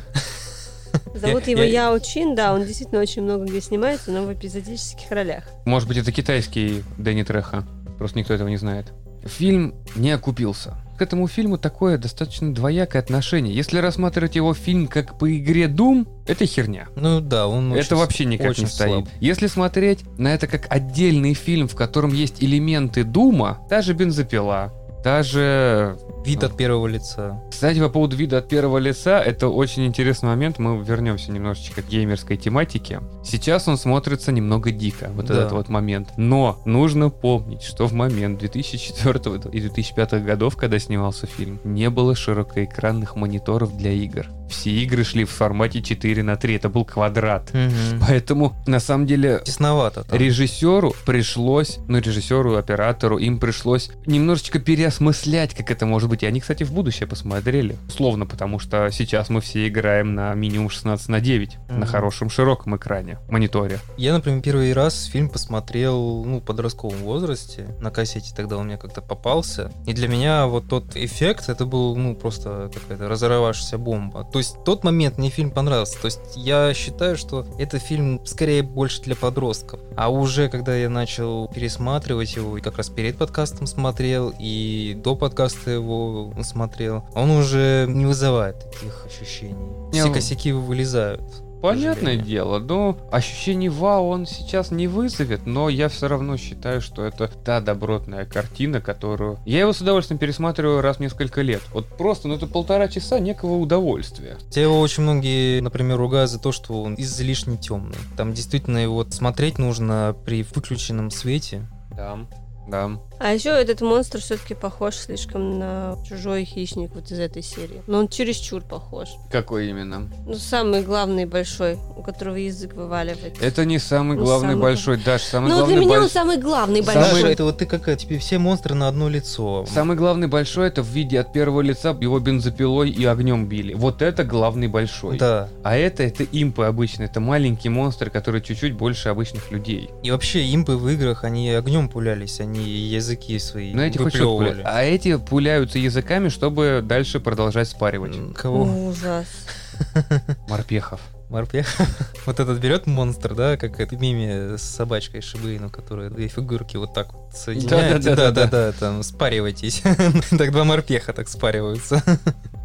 C: Зовут
B: Я-
C: его
B: я-
C: Яо Чин, да, он действительно очень много где снимается, но в эпизодических ролях.
A: Может быть, это китайский Дэнни Треха. Просто никто этого не знает. Фильм не окупился. К этому фильму такое достаточно двоякое отношение. Если рассматривать его фильм как по игре Doom, это херня.
B: Ну да, он очень
A: это вообще никак
B: очень
A: не стоит.
B: слаб.
A: Если смотреть на это как отдельный фильм, в котором есть элементы Дума, та же бензопила, та же...
B: вид от первого лица.
A: Кстати, по поводу вида от первого лица, это очень интересный момент. Мы вернемся немножечко к геймерской тематике. Сейчас он смотрится немного дико, вот
B: Да.
A: этот вот момент. Но нужно помнить, что в момент 2004 и 2005 годов, когда снимался фильм, не было широкоэкранных мониторов для игр. Все игры шли в формате 4 на 3, это был квадрат. Поэтому, на самом деле,
B: Тесновато там.
A: режиссеру пришлось, ну, режиссеру, оператору, им пришлось немножечко переосмыслять, как это может быть. И они, кстати, в будущее посмотрели. Условно, потому что сейчас мы все играем на минимум 16 на 9 на
B: Мгм.
A: хорошем широком экране, мониторе.
B: Я, например, первый раз фильм посмотрел ну, в подростковом возрасте. На кассете тогда он мне как-то попался. И для меня вот тот эффект, это был ну, просто какая-то разорвавшаяся бомба. То есть тот момент мне фильм понравился. То есть я считаю, что это фильм скорее больше для подростков. А уже когда я начал пересматривать его, и как раз перед подкастом смотрел, и до подкаста его смотрел, он уже не вызывает таких ощущений.
A: Не,
B: Все
A: он-
B: косяки вылезают.
A: Понятное
B: сожалению.
A: дело, но ощущение вау он сейчас не вызовет, но я все равно считаю, что это та добротная картина, которую... Я его с удовольствием пересматриваю раз в несколько лет. Вот просто, ну это полтора часа некого удовольствия.
B: Хотя его очень многие, например, ругают за то, что он излишне темный. Там действительно его смотреть нужно при выключенном свете.
A: Да, да.
C: А еще этот монстр все-таки похож слишком на чужой хищник вот из этой серии. Но он чересчур похож.
A: Какой именно?
C: Ну, самый главный большой, у которого язык вываливает.
A: Это не самый
C: Ну,
A: главный
C: самый
A: большой, Даш, самый
C: Ну,
A: главный
C: для меня он
A: больш-
C: самый главный
A: Самый-
C: большой.
B: Саша, это вот ты какая, тебе все монстры на одно лицо.
A: Самый главный большой это в виде от первого лица его бензопилой и огнем били. Вот это главный большой.
B: Да.
A: А это это импы обычно, это маленькие монстры, которые чуть-чуть больше обычных людей.
B: И вообще импы в играх, они огнем пулялись, они языки свои
A: Но эти хоть что-то
B: выплевывали.
A: пуля- а эти пуляются языками, чтобы дальше продолжать спаривать.
B: М, Кого?
C: Ужас.
A: Морпехов.
B: Морпех. вот этот берет монстр, да, как это миме с собачкой Шибейну, которая две фигурки вот так вот соединяет.
A: Да-да-да-да-да.
B: Да-да-да, там спаривайтесь. так два морпеха так спариваются.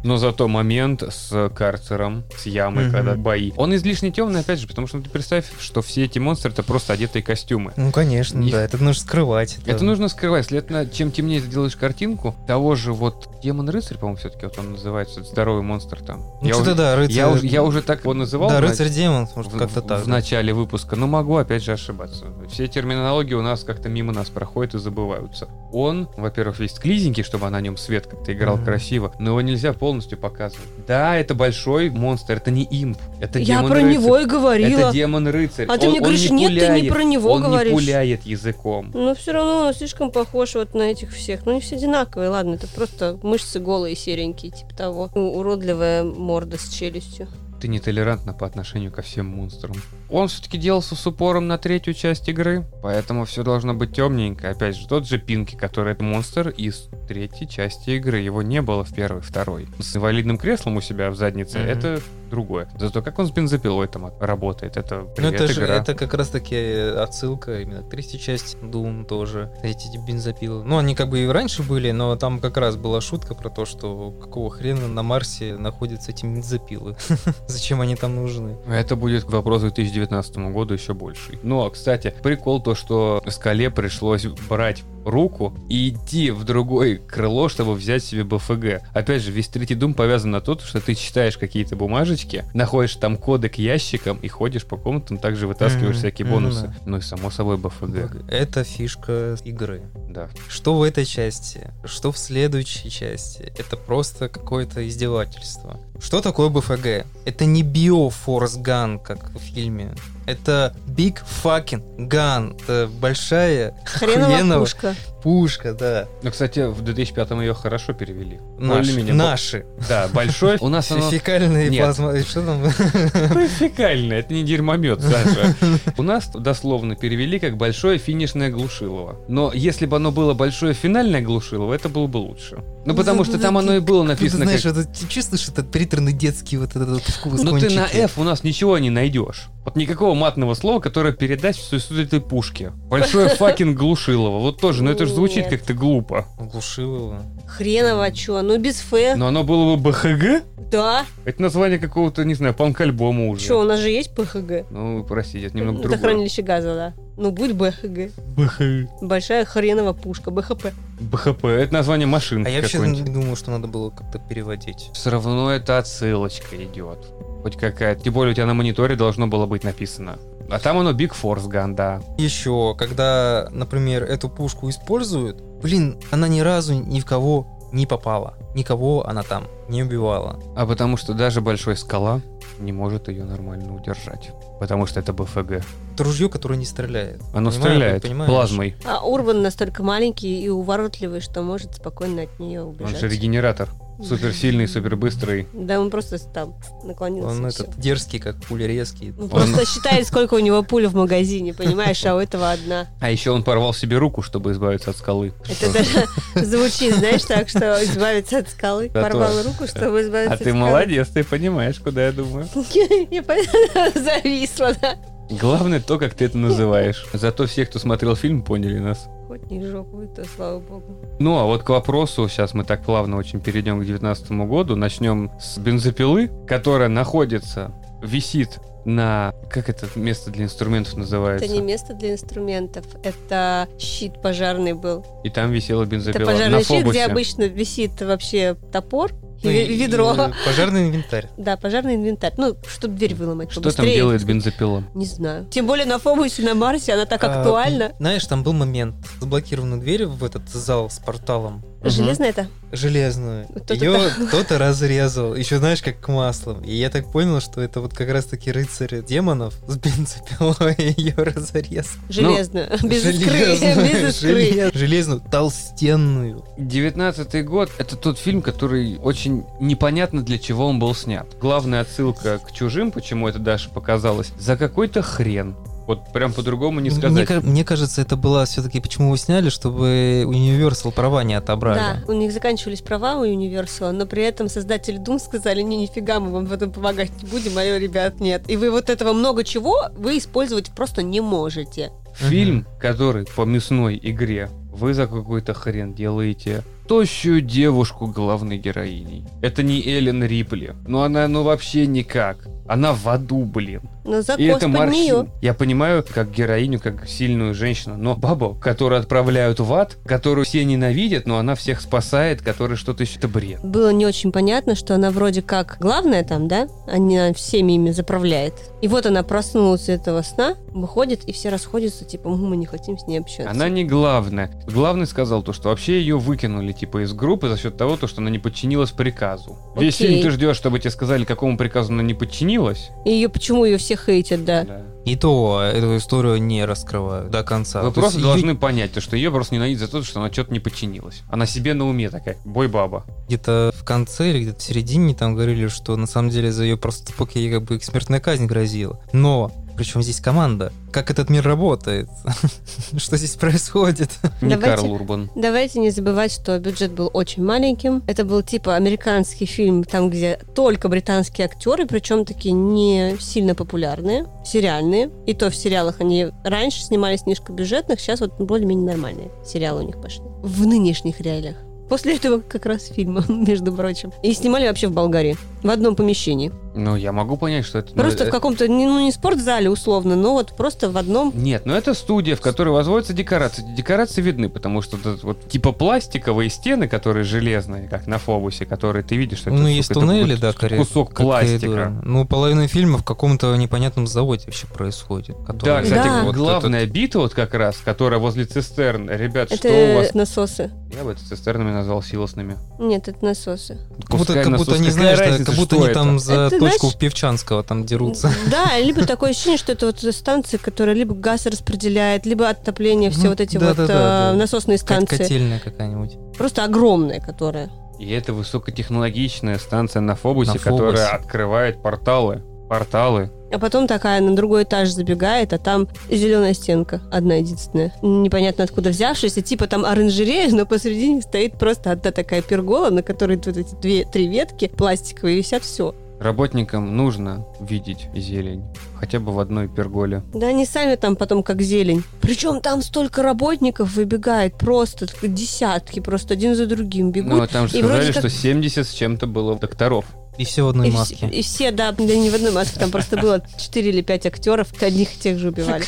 A: Но зато момент с карцером, с ямой,
B: Мгм.
A: когда бои. Он излишне темный, опять же, потому что ну, ты представь, что все эти монстры это просто одетые костюмы.
B: Ну, конечно,
A: Их-
B: да, это нужно скрывать.
A: Это нужно скрывать. Следовательно, чем темнее ты делаешь картинку, того же вот демон-рыцарь, по-моему, все-таки вот он называется, здоровый монстр там.
B: Ну,
A: я,
B: что-то
A: уже,
B: да, рыцарь...
A: я, уже, я уже так его называл
B: Да,
A: в на-
B: рыцарь-демон, может,
A: в-
B: как-то
A: в-
B: так.
A: в начале выпуска, но могу опять же ошибаться. Все терминологии у нас как-то мимо нас проходят и забываются. Он, во-первых, весь клизенький, чтобы на нем свет как-то играл
B: Мгм.
A: красиво, но его нельзя полностью показывать. Да, это большой монстр, это не имп, это
C: Я про
A: демон-рыцарь.
C: него и говорила.
A: Это демон-рыцарь.
C: А ты
A: Он-
C: мне
A: он
C: говоришь,
A: не
C: нет, ты не
A: пуляет,
C: про него
A: он
C: говоришь.
A: не пуляет языком.
C: Но все равно он слишком похож вот на этих всех. Ну, не все одинаковые, ладно, это просто мышцы голые, серенькие, типа того. Ну, уродливая морда с челюстью.
A: Ты нетолерантна по отношению ко всем монстрам. Он все-таки делался с упором на третью часть игры, поэтому все должно быть темненько. Опять же, тот же Пинки, который это монстр из третьей части игры. Его не было в первой, второй. С инвалидным креслом у себя в заднице
B: Мгм.
A: это другое. Зато как он с бензопилой там от- работает, это
B: Ну,
A: привет,
B: это же
A: игра.
B: это как раз-таки отсылка именно к третьей части Doom тоже. Эти бензопилы. Ну, они как бы и раньше были, но там как раз была шутка про то, что какого хрена на Марсе находятся эти бензопилы. Зачем они там нужны?
A: Это будет вопрос к 2019 году еще больше. Ну, а, кстати, прикол то, что скале пришлось брать руку и идти в другое крыло, чтобы взять себе БФГ. Опять же, весь третий дум повязан на то, что ты читаешь какие-то бумажечки, находишь там коды к ящикам и ходишь по комнатам, также вытаскиваешь
B: Мгм,
A: всякие
B: ну
A: бонусы.
B: да.
A: Ну и само собой БФГ.
B: Это фишка игры.
A: Да.
B: Что в этой части, что в следующей части, это просто какое-то издевательство. Что такое БФГ? Это не биофорс ган, как в фильме. Это big fucking gun. Это большая
C: Хренова
B: Хреново.
C: пушка.
B: пушка, да.
A: Ну, кстати, в 2005 ее хорошо перевели.
B: Наш-
A: Более-менее.
B: наши.
A: Да, большой. У нас оно-
B: Фекальные
A: Нет.
B: плазма... Что там?
A: Ну, фекально, это не дерьмомет, Саша. У нас дословно перевели как большое финишное глушилово. Но если бы оно было большое финальное глушилово, это было бы лучше. Ну потому что там оно и было
B: Ты
A: написано
B: знаешь,
A: как...
B: вот это- ты чувствуешь этот приторный детский вот этот вот вкус
A: Ну ты на
B: кончики?
A: F у нас ничего не найдешь. Вот никакого матного слова, которое передаст всю суть этой пушки. Большое факин глушилово. Вот тоже, ну это же же звучит
C: Нет.
A: как-то глупо.
B: Глушил его.
C: Хреново что, ну без фэ.
A: Но оно было бы БХГ?
C: Да,
A: Это название какого-то, не знаю, панк-альбома уже.
C: что, у нас же есть ПХГ.
A: Ну, простите, это немного
C: Это
A: другое.
C: хранилище газа, да. Ну будет БХГ.
A: БХ...
C: Большая хренова пушка, БХП.
A: БХП. Это название машинки
B: А я вообще
A: какой-нибудь.
B: думал, что надо было как-то переводить.
A: Все равно это отсылочка идет. Хоть какая-то. Тем более у тебя на мониторе должно было быть написано. А там оно Big Force Gun, да.
B: Еще, когда, например, эту пушку используют, блин, она ни разу ни в кого не попала. Никого она там не убивала.
A: А потому что даже Большой Скала не может ее нормально удержать. Потому что это БФГ.
B: Это ружье, которое не стреляет.
A: Оно
B: Понимаю,
A: стреляет
B: понимаешь?
A: плазмой.
C: А Урван настолько маленький и уворотливый, что может спокойно от нее
A: Он же
C: убежать.
A: регенератор. Суперсильный, супербыстрый.
C: Да, он просто там наклонился.
B: Он
C: и всё.
B: этот дерзкий, как пуля резкий.
C: Мы просто считали, сколько у него пуль в магазине, понимаешь, а у этого одна.
A: А еще он порвал себе руку, чтобы избавиться от скалы.
C: Это даже звучит, знаешь, так, что избавиться от скалы.
A: Да,
C: Порвал
A: тоже.
C: руку, чтобы избавиться
A: А
C: от
A: ты
C: скалы.
A: молодец, ты понимаешь, куда я думаю.
C: Я по- зависла, да.
A: Главное то, как ты это называешь. Зато все, кто смотрел фильм, поняли нас.
C: Хоть не жопу, и то слава богу.
A: Ну, а вот к вопросу, сейчас мы так плавно очень перейдем к 2019 году. Начнем с бензопилы, которая находится, висит на... Как это место для инструментов называется?
C: Это не место для инструментов, это щит пожарный был.
A: И там висела
C: Это
A: бензопила. на
C: пожарный щит,
A: фобусе.
C: где обычно висит вообще топор и
B: Ну,
C: ве-
B: и-
C: ведро.
B: и Пожарный инвентарь.
C: Да, пожарный инвентарь. Ну, чтобы дверь выломать
A: Что там
C: побыстрее.
A: делает бензопила?
C: Не знаю. Тем более на Фобусе, на Марсе она так
B: А,
C: актуальна.
B: Знаешь, там был момент. Заблокированную дверь в этот зал с порталом
A: Мгм.
C: Железно это?
B: железную.
C: Кто-то
B: Ее кто-то разрезал. Еще знаешь, как к маслам. И я так понял, что это вот как раз-таки рыцарь демонов с бензопилой ее разрез.
C: Железно.
B: Ну,
C: без искры.
B: Железную,
C: Без искры.
B: желез- Железную, толстенную.
A: 19 год — это тот фильм, который очень непонятно для чего он был снят. Главная отсылка к «Чужим», почему это Даша показалось, за какой-то хрен. Вот прям по-другому не
B: Мне,
A: сказать.
B: ка- мне кажется, это была все-таки, почему его сняли, чтобы Universal права не
C: Да,
B: отобрали.
C: у них заканчивались права у Universal, но при этом создатели Doom сказали, не, нифига, мы вам в этом помогать не будем, а ребят, нет. И вы вот этого много чего вы использовать просто не можете.
A: Фильм, который по мясной игре вы за какой-то хрен делаете тощую девушку главной героиней. Это не Эллен Рипли. Ну она, ну вообще никак. Она в аду, блин.
C: Но за
A: И
C: кость
A: это
C: под нее.
A: морщин. Я понимаю, как героиню, как сильную женщину, но бабу, которую отправляют в ад, которую все ненавидят, но она всех спасает, которая что-то еще... Это бред.
C: Было не очень понятно, что она вроде как главная там, да? Она всеми ими заправляет. И вот она проснулась от этого сна, выходит, и все расходятся, типа, «М, мы не хотим с ней общаться.
A: Она не главная. Главный сказал то, что вообще ее выкинули типа из группы за счет того, то, что она не подчинилась приказу. Весь
C: Окей.
A: фильм ты ждешь, чтобы тебе сказали, какому приказу она не подчинилась.
C: И ее почему ее все хейтят, да?
B: И то эту историю не раскрывают до конца.
A: Вы
B: То
A: просто
B: есть её
A: должны понять, то, что ее просто ненавидят за то, что она что-то не подчинилась. Она себе на уме такая. Бой баба.
B: где-то в конце или где-то в середине там говорили, что на самом деле за ее проступок ей как бы смертная казнь грозила. Но причем здесь команда? Как этот мир работает? Что здесь происходит?
A: Не
C: Давайте.
A: Карл Урбан.
C: Давайте не забывать, что бюджет был очень маленьким. Это был типа американский фильм, там, где только британские актеры, причем такие не сильно популярные, сериальные. И то в сериалах они раньше снимались низкобюджетных, сейчас вот более-менее нормальные сериалы у них пошли. В нынешних реалиях. После этого как раз фильма, между прочим. И снимали вообще в Болгарии, в одном помещении.
A: Ну, я могу понять, что это...
C: Просто
A: ну,
C: в
A: э,
C: каком-то, не- ну не спортзале условно, но вот просто в одном...
A: Нет, но это студия, в которой возводятся декорации. Декорации видны, потому что вот этот вот типа пластиковые стены, которые железные, как на фобусе, которые ты видишь, что это,
B: Ну,
A: сука,
B: есть
A: это
B: туннели,
A: кус-
B: да, корре-
A: кусок
B: как
A: пластика.
B: коридора. Ну, половина фильма в каком-то непонятном заводе вообще происходит.
A: Да,
B: который-
A: кстати,
C: Да.
B: вот
A: главная битва вот как раз, которая возле цистерн. Ребят, что у
C: Это
A: вас?
C: насосы.
A: Я бы это цистернами назвал силосными.
C: Нет, это насосы.
B: этот- Как будто, как будто они, знаешь, да, как будто они там за
C: Это,
B: точку
C: знаешь-
B: в Певчанского там дерутся.
C: Да, либо такое ощущение, что это вот станции, которые либо газ распределяет, либо отопление, все
B: Ну,
C: вот эти
B: да,
C: вот
B: да,
C: э,
B: да, да.
C: насосные
B: Кот-
C: станции.
B: Котельная какая-нибудь.
C: Просто огромные, которые.
A: И это высокотехнологичная станция на Фобусе,
B: На Фобусе.
A: которая открывает порталы. Порталы.
C: А потом такая на другой этаж забегает, а там зеленая стенка, одна единственная. Непонятно откуда взявшаяся, типа там оранжерея, но посередине стоит просто одна такая пергола, на которой вот эти две, три ветки пластиковые, и висят все.
A: Работникам нужно видеть зелень. Хотя бы в одной перголе.
C: Да они сами там потом как зелень. Причем там столько работников выбегает, просто так, десятки, просто один за другим бегут.
A: Ну, а там же
C: и вроде
A: сказали,
C: как-
A: что 70 с чем-то было докторов.
B: И все в одной
C: и,
B: маске.
C: все, и все, да, да не в одной маске, там просто было 4 или 5 актеров, одних и тех же убивали.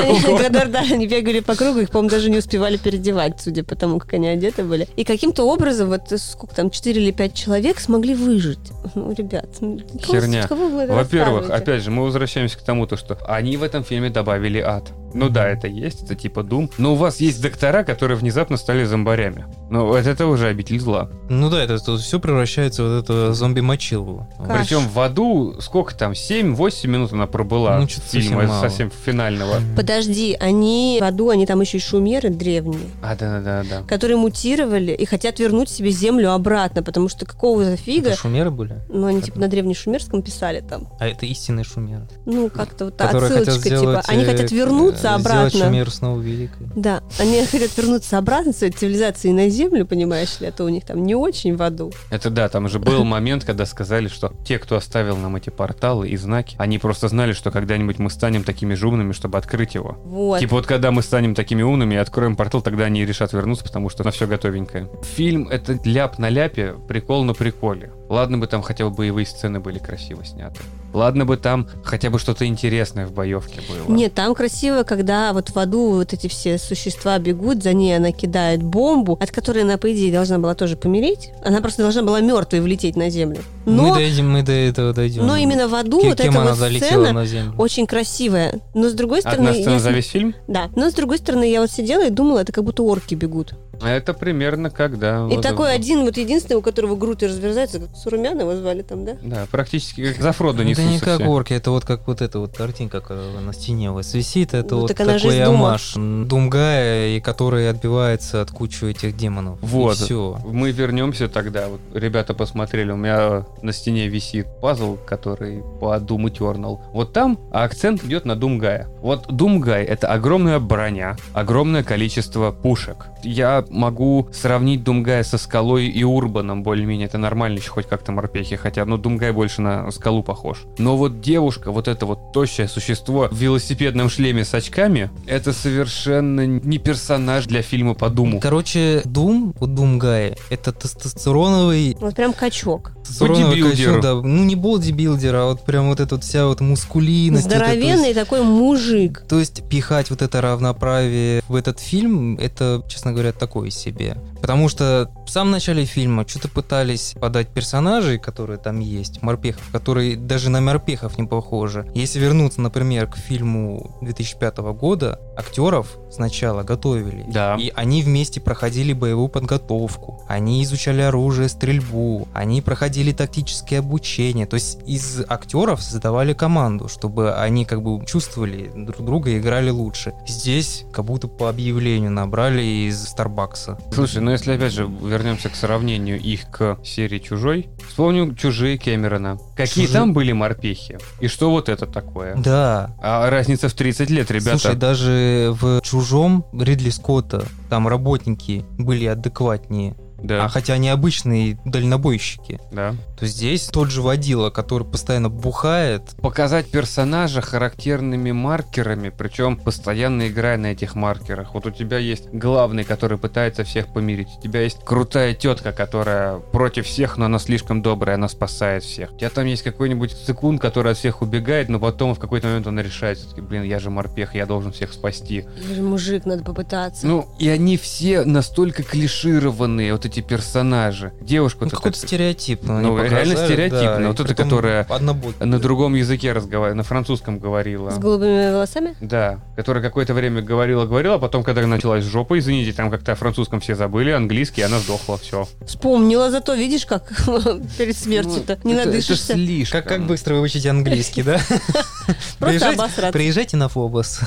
C: Они, да, да, они бегали по кругу, их, по-моему, даже не успевали переодевать, судя по тому, как они одеты были. И каким-то образом, вот э, сколько там, 4 или 5 человек смогли выжить. Ну, ребят, ну, кого-
A: Херня.
C: кого вы это
A: Во-первых,
C: рассказываете?
A: опять же, мы возвращаемся к тому, то, что они в этом фильме добавили ад. Ну да, это есть, это типа Дум. Но у вас есть доктора, которые внезапно стали зомбарями. Ну, вот это уже обитель зла.
B: Ну да, это все превращается в вот это зомби-мочилу.
C: Каш.
A: Причем в аду сколько там, 7-8 минут она пробыла
B: Ну,
A: от
B: чё-то
A: фильма,
B: совсем
A: это
B: мало.
A: совсем финального.
C: Подожди, они в аду, они там еще и шумеры древние,
A: А, да-да-да.
C: которые мутировали и хотят вернуть себе землю обратно, потому что какого за фига?
B: Это шумеры были?
C: Ну, они типа на древнешумерском писали там.
B: А это истинные шумеры.
C: Ну, как-то вот та
B: Которые
C: отсылочка,
B: хотят
C: типа,
B: сделать...
C: они
B: э,
C: хотят
B: э,
C: вернуться обратно.
B: Сделать шумеру снова великой.
C: Да, они хотят вернуться обратно своей цивилизации на Землю, понимаешь ли, а то у них там не очень в аду.
A: Это да, там же был момент, когда сказали, что те, кто оставил нам эти порталы и знаки, они просто знали, что когда-нибудь мы станем такими же умными, чтобы открыть его.
C: Вот.
A: Типа вот когда мы станем такими умными и откроем портал, тогда они и решат вернуться, потому что на все готовенькое. Фильм — это ляп на ляпе, прикол на приколе. Ладно бы там хотя бы боевые сцены были красиво сняты. Ладно бы там хотя бы что-то интересное в боевке было.
C: Нет, там красиво, когда вот в аду вот эти все существа бегут, за ней она кидает бомбу, от которой она, по идее, должна была тоже помереть. Она просто должна была мертвой влететь на Землю.
B: Мы
C: Но,
B: дойдем, мы до этого дойдем.
C: но именно в аду
B: Ки-
C: вот
B: кем
C: эта
B: она
C: вот
B: залетела
C: сцена
B: на землю.
C: очень красивая. Но с другой стороны...
A: Одна сцена
C: я-
A: за весь фильм?
C: Да, но с другой стороны, я вот сидела и думала, это как будто орки бегут.
A: Это примерно
B: А
A: когда...
C: и такой один, вот единственный, у которого грудь разверзается, как Сурумяна его звали там, да?
A: Да, практически как за Фродо
B: Это
A: несутся
B: не как
A: все.
B: орки, это вот как вот эта вот картинка, которая на стене у вас висит, это
C: Ну,
B: вот
C: так она же
B: такой
C: из Дума.
B: амаш Думгая, и который отбивается от кучи этих демонов.
A: Вот.
B: И все.
A: Мы вернемся тогда. Вот, ребята посмотрели, у меня на стене висит пазл, который по Doom Eternal. Вот там акцент идет на Думгая. Вот Думгай — это огромная броня, огромное количество пушек. Я могу сравнить Думгая со скалой и Урбаном более-менее. Это нормально еще хоть как-то морпехи, хотя, ну, Думгай больше на скалу похож. Но вот девушка, вот это вот тощее существо в велосипедном шлеме с очками, это совершенно не персонаж для фильма по Думу.
B: Короче, Дум, у Думгая, это тестостероновый...
C: Вот прям качок.
B: тестостероновый
A: Бодибилдер.
B: качок, да. ну не бодибилдер, а вот прям вот эта вот вся вот мускулиность. вот это, то есть-
C: Здоровенный такой мужик.
B: То есть пихать вот это равноправие в этот фильм, это, честно говоря, такое себе. Потому что в самом начале фильма что-то пытались подать персонажей, которые там есть, морпехов, которые даже на морпехов не похожи. Если вернуться, например, к фильму 2005 года, актеров сначала готовили.
A: Да.
B: И они вместе проходили боевую подготовку, они изучали оружие, стрельбу, они проходили тактические обучения. То есть из актеров создавали команду, чтобы они как бы чувствовали друг друга и играли лучше. Здесь как будто по объявлению набрали из Старбакса.
A: Слушай, ну если опять же вернемся к сравнению их к серии «Чужой», вспомним «Чужие» Кэмерона. Какие
B: «Чужие».
A: там были морпехи? И что вот это такое?
B: Да,
A: А разница в 30 лет, ребята.
B: Слушай, даже в «Чужом» Ридли Скотта там работники были адекватнее,
A: да,
B: а хотя они обычные дальнобойщики.
A: да.
B: То здесь тот же водила, который постоянно бухает,
A: Показать персонажа характерными маркерами, причем постоянно играя на этих маркерах. Вот у тебя есть главный, который пытается всех помирить. У тебя есть крутая тетка, которая против всех, но она слишком добрая, она спасает всех. У тебя там есть какой-нибудь цикун, который от всех убегает, но потом в какой-то момент он решает, всё-таки, блин, я же морпех, я должен всех спасти.
C: Я же мужик, надо попытаться.
A: Ну, и они все настолько клишированные, вот эти персонажи. Девушка
B: Ну,
A: вот эта
B: какой-то стереотип.
A: Ну,
B: они показали,
A: реально стереотипно.
B: и
A: Вот это,
B: притом
A: которое
B: однобокое.
A: на другом языке разговаривала, на французском говорила.
C: С голубыми волосами?
A: Да, которая какое-то время говорила-говорила, а потом, когда началась жопа, извините, там как-то о французском все забыли, английский, и она сдохла, все.
C: Вспомнила, зато видишь, как перед смертью-то
B: Ну,
C: не надышишься.
A: слишком.
B: Как, как быстро выучить английский, да?
C: Просто
B: Приезжайте-
C: обосраться.
B: Приезжайте на Фобос.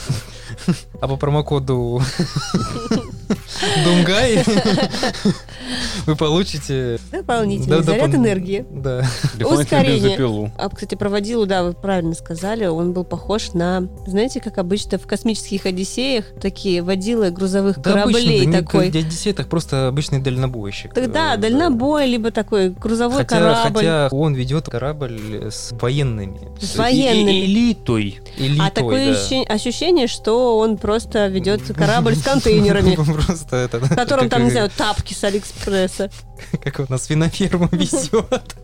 B: А по промокоду Думгай, вы получите...
C: Дополнительный
B: да,
C: заряд
B: допол-
C: энергии.
B: Да.
A: Дополнительно
C: Ускорение.
A: бензопилу.
C: А, кстати, проводилу, да, вы правильно сказали, он был похож на, знаете, как обычно в космических одиссеях, такие водилы грузовых
B: Да,
C: кораблей
B: обычно, да,
C: такой.
B: не для детей, так просто обычный дальнобойщик.
C: Тогда
B: Э,
C: дальнобой, либо такой грузовой
B: Хотя,
C: корабль.
B: хотя он ведет корабль с военными.
C: С военными.
A: И- и- Элитой.
B: Элитой,
C: а
B: да.
C: такое ощущение- ощущение, что он просто ведет корабль с контейнерами,
B: Ну, Просто это...
C: в котором там, не
B: как-
C: знаю, тапки с Алиэкспресса.
B: Как вот на свиноферму везет.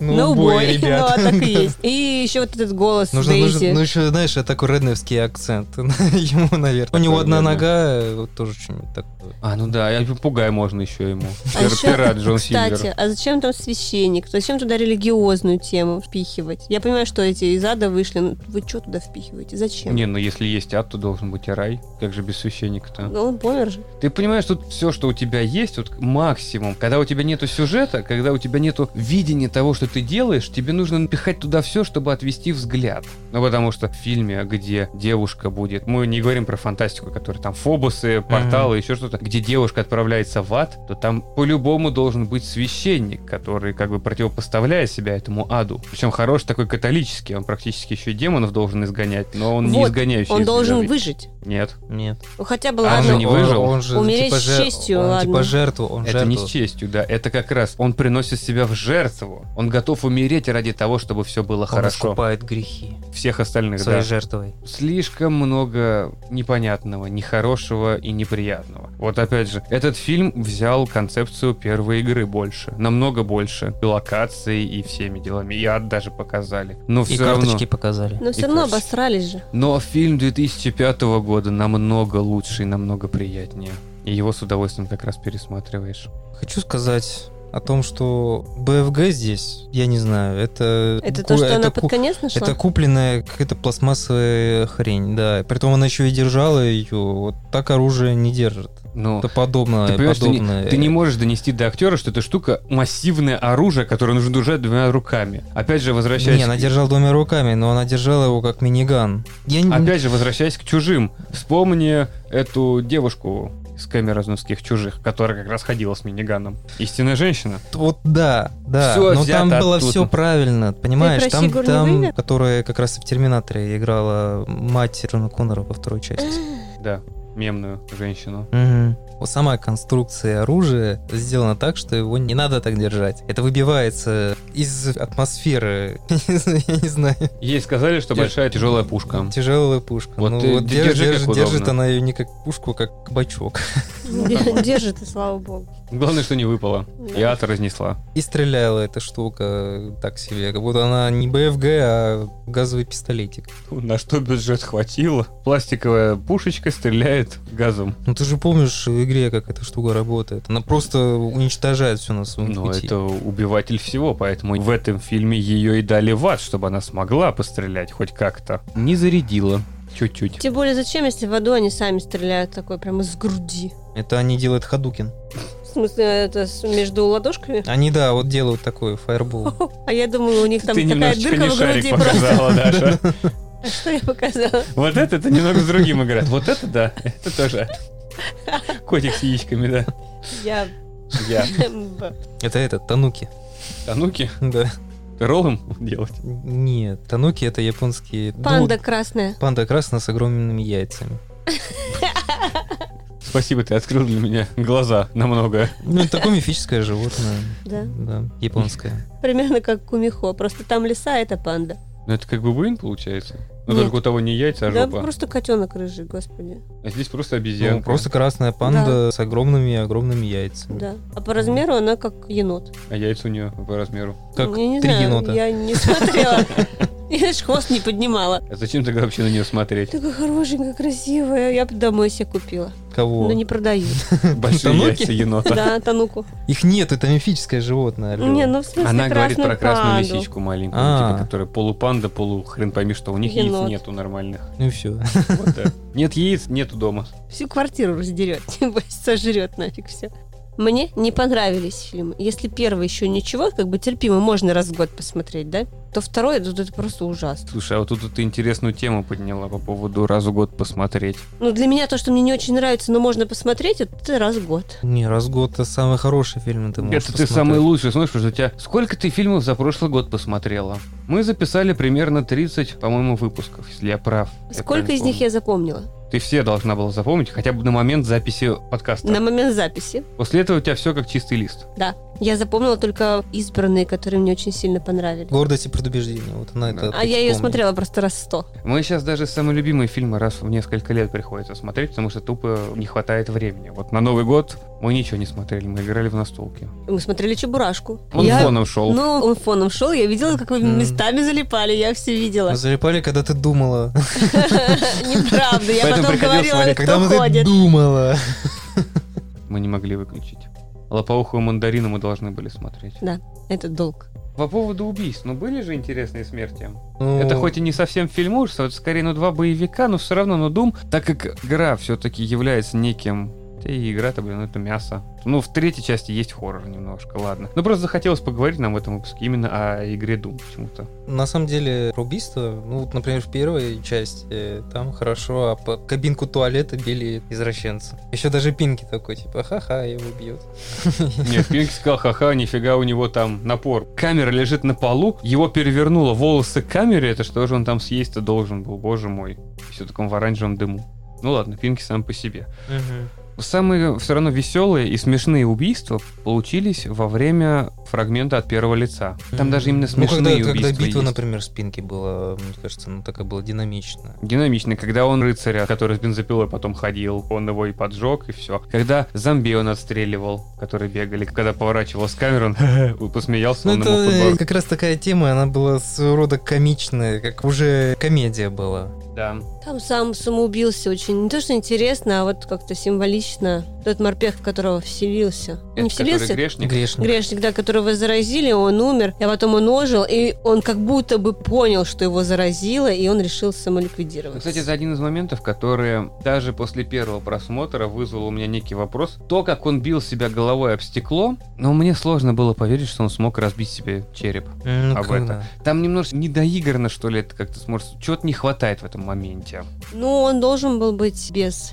C: Ну, бой, ну, а
B: ребят.
C: так и есть. И еще вот этот голос
B: Нужно, нужно, ну
C: Дейзи.
B: еще, знаешь, такой редневский акцент ему, наверное. У него одна
A: Наверное.
B: нога э, вот тоже что-нибудь такое.
A: А, ну да, и попугай можно еще ему.
C: А
A: Пир-
C: еще,
A: Пират Джон
C: Кстати,
A: Сильвер.
C: а зачем там священник? Зачем туда религиозную тему впихивать? Я понимаю, что эти из ада вышли. но Вы что туда впихиваете? Зачем?
A: Не, ну если есть ад, то должен быть и рай. Как же без священника-то?
C: Ну, он помер же.
A: Ты понимаешь, тут все, что у тебя есть, вот максимум. Когда у тебя нету сюжета, когда у тебя нету видения того, что ты делаешь, тебе нужно напихать туда все, чтобы отвести взгляд. Ну, потому что в фильме, где девушка будет... Мы не говорим про фантастику, которая там фобусы, порталы, еще что-то. Где девушка отправляется в ад, то там по-любому должен быть священник, который как бы противопоставляет себя этому аду. Причем хороший такой католический, он практически еще и демонов должен изгонять, но он не
C: Вот,
A: изгоняющий.
C: Он
A: их
C: должен
A: изгоняет.
C: выжить.
A: Нет,
B: Нет.
C: Ну, хотя бы
A: А он
C: ладно.
A: же не выжил.
B: Он же
C: Умереть
B: типа
C: с
B: жер-
C: честью,
B: он
C: ладно.
B: типа жертву, он
A: Это не
B: жертву.
A: с честью, да. Это как раз он приносит себя в жертву. Он готов умереть ради того, чтобы все было
B: Он
A: хорошо.
B: искупает грехи
A: Всех остальных,
B: своей
A: да.
B: жертвой.
A: Слишком много непонятного, нехорошего и неприятного. Вот опять же, этот фильм взял концепцию первой игры больше. Намного больше. И локацией, и всеми делами. И ад даже показали. Но
B: И
A: все равно...
B: карточки показали.
C: Но
A: И
C: все равно
A: карточки.
C: обосрались же.
A: Но фильм 2005 года намного лучше и намного приятнее. И его с удовольствием как раз пересматриваешь.
B: Хочу сказать о том, что БФГ здесь, я не знаю, это...
C: Это
B: ку-
C: то, что она
B: ку-
C: под конец нашла?
B: Это купленная какая-то пластмассовая хрень, да. Притом она еще и держала ее. Вот так оружие не держит.
A: Ну,
B: Это подобное,
A: Ты понимаешь, ты не-
B: подобное.
A: Ты не можешь донести до актера, что эта штука массивное оружие, которое нужно держать двумя руками. Опять же, возвращаясь,
B: Не, она держала двумя руками, но она держала его как миниган. Я не...
A: опять же, возвращаясь к чужим. Вспомни эту девушку с Кэмероновских чужих, которая как раз ходила с миниганом. Истинная женщина.
B: Вот да, да.
A: Всё
B: но
A: взято
B: там было
A: оттуда.
B: все правильно, понимаешь?
C: про
B: там,
C: Сигурни
B: там,
C: Уивер?
B: которая как раз и в Терминаторе играла мать Джона Коннора во второй части.
A: Да, мемную женщину.
B: Мгм. Вот сама конструкция оружия сделана так, что его не надо так держать. Это выбивается из атмосферы. Я не знаю.
A: Ей сказали, что
B: Держ-
A: большая тяжелая пушка.
B: Тяжелая пушка.
A: Вот
B: ну,
A: ты-
B: вот
A: ты
B: держ-
A: держи, как
B: держ-
A: удобно.
B: держит она ее не как пушку, как кабачок.
C: Держит, и слава богу.
A: Главное, что не выпала. И ад разнесла.
B: И стреляла эта штука так себе. Как будто она не БФГ, а газовый пистолетик.
A: На что бюджет хватило? Пластиковая пушечка стреляет газом.
B: Ну ты же помнишь в игре, как эта штука работает. Она просто уничтожает все на своем
A: Ну,
B: пути.
A: это убиватель всего, поэтому в этом фильме ее и дали в ад, чтобы она смогла пострелять хоть как-то. Не зарядила. Чуть-чуть.
C: Тем более, зачем, если в аду они сами стреляют такой прямо из груди?
B: Это они делают Хадукин.
C: В смысле, это с- между ладошками?
B: Они, да, вот делают такой фаербол.
C: А я думала, у них там
A: Ты
C: такая
A: немножечко
C: дырка
A: не
C: в
A: шарик
C: груди просто.
A: показала, Даша.
C: А Что я показала?
A: Вот это ты немного с другим играет. Вот это да, это тоже. Котик с яичками, да.
C: Я...
A: Я.
B: Это этот, Тануки.
A: А ну-ки,
B: Да.
A: ты роллом делать?
B: Нет, Тануки это японские... ну,
C: Панда красная.
B: Панда красная с огромными яйцами.
A: Спасибо, ты открыл для меня глаза на многое.
B: Ну, такое мифическое животное.
C: Да.
B: Да, японское.
C: Примерно как кумихо. Просто там лиса, а это панда.
A: Ну это как бы вин получается? Но
C: Нет.
A: только у того не яйца, а
C: Да,
A: жопа.
C: просто котенок рыжий, господи.
A: А здесь просто
B: Ну,
A: обезьянка.
B: просто красная панда с огромными-огромными яйцами.
C: Да. А по размеру она как енот.
A: А яйца у нее по размеру.
B: Как
C: Я не
B: три
C: знаю,
B: енота.
C: Я не смотрела. Я ж хвост не поднимала.
A: А зачем тогда вообще на нее смотреть?
C: Такая хорошенькая, красивая. Я бы домой себе купила.
B: Кого?
C: Но Ну, не продаю.
A: Большие
B: Тануки?
A: яйца енота.
C: Да, Тануку.
B: Их нет, это мифическое животное. алло.
C: Не, ну в смысле
A: Она говорит
C: красную
A: про красную
C: панду.
A: лисичку маленькую,
B: А.
A: типа, которая полупанда, полу хрен пойми, что у них яиц
C: Енот.
A: нету нормальных.
B: Ну все.
A: Вот так. Нет яиц, нету дома.
C: Всю квартиру раздерет, сожрет нафиг все. Мне не понравились фильмы. Если первый еще ничего, как бы терпимо, можно раз в год посмотреть, да? то второй, тут это просто ужасно.
A: Слушай, а вот тут ты интересную тему подняла по поводу раз в год посмотреть.
C: Ну, для меня то, что мне не очень нравится, но можно посмотреть, это раз в год.
B: Не, раз в год это самый хороший фильм, ты можешь
A: Это ты
B: посмотреть.
A: самый лучший, смотришь, потому что у тебя... Сколько ты фильмов за прошлый год посмотрела? Мы записали примерно 30, по-моему, выпусков, если я прав. Я
C: Сколько
A: правильно
C: из них
A: помню.
C: я запомнила?
A: Ты все должна была запомнить, хотя бы на момент записи подкаста.
C: На момент записи,
A: После этого у тебя все как чистый лист.
C: да. Я запомнила только избранные, которые мне очень сильно понравились.
B: Гордость и предубеждение. Вот она это.
C: А я ее
B: вспомнила.
C: смотрела просто раз сто.
A: Мы сейчас даже самые любимые фильмы раз в несколько лет приходится смотреть, потому что тупо не хватает времени. Вот на Новый год мы ничего не смотрели, мы играли в настолки.
C: Мы смотрели «Чебурашку».
A: Он
C: я...
A: фоном шел.
C: Ну, он фоном шел, я видела, как вы
B: Мгм.
C: местами залипали, я все видела.
B: Мы залипали, когда ты думала.
C: Неправда, я
A: Ну, Поэтому
C: потом
A: приходилось
C: говорила,
A: смотреть,
B: Когда
C: кто
B: мы ты
C: ходит.
B: думала.
A: Мы не могли выключить. Лопоухую мандарину мы должны были смотреть.
C: Это долг.
A: По поводу убийств, ну были же интересные смерти.
B: Ну,
A: Это хоть и не совсем фильм ужасов, это скорее, ну, два боевика, но все равно, ну, Дум, так как игра все-таки является неким... Да и игра-то, блин, это мясо. Ну, в третьей части есть хоррор немножко, ладно. Ну, просто захотелось поговорить нам в этом выпуске именно о игре Doom почему-то.
B: На самом деле, про убийство, ну вот, например, в первой части э, там хорошо, а по кабинку туалета били извращенца. Еще даже Пинки такой, типа, ха-ха, его бьют.
A: Нет, Пинки сказал, ха-ха, нифига у него там напор. Камера лежит на полу, его перевернуло волосы к камере, это что же он там съесть-то должен был, боже мой. Все в таком в оранжевом дыму. Ну ладно, Пинки сам по себе. Самые все равно веселые и смешные убийства получились во время фрагмента от первого лица. Там даже именно
B: Ну,
A: смешные
B: когда, когда
A: убийства
B: битва,
A: есть.
B: например, с Пинки была, мне кажется, ну такая была динамичная.
A: Динамичный, когда он рыцаря, который с бензопилой потом ходил, он его и поджег, и все. Когда зомби он отстреливал, которые бегали, когда поворачивал с камеры, он посмеялся,
B: Ну,
A: он
B: это
A: ему
B: э,
A: подбородок.
B: как раз такая тема, она была своего рода комичная, как уже комедия была.
A: Да.
C: Там сам самоубился очень. Не то, что интересно, а вот как-то символично. Тот морпех, в которого вселился. не
A: Это который
C: вселился?
A: грешник.
B: Грешник.
C: Грешник, да, которого заразили, он умер, а потом он ожил, и он как будто бы понял, что его заразило, и он решил
A: Ну,
C: самоликвидироваться.
A: Кстати, это один из моментов, которые даже после первого просмотра вызвал у меня некий вопрос. То, как он бил себя головой об стекло, но мне сложно было поверить, что он смог разбить себе череп.
B: Ну,
A: Об
B: круто.
A: этом. Там немножко недоиграно, что ли, это как-то смотрится. Чего-то не хватает в этом моменте.
C: Ну, он должен был быть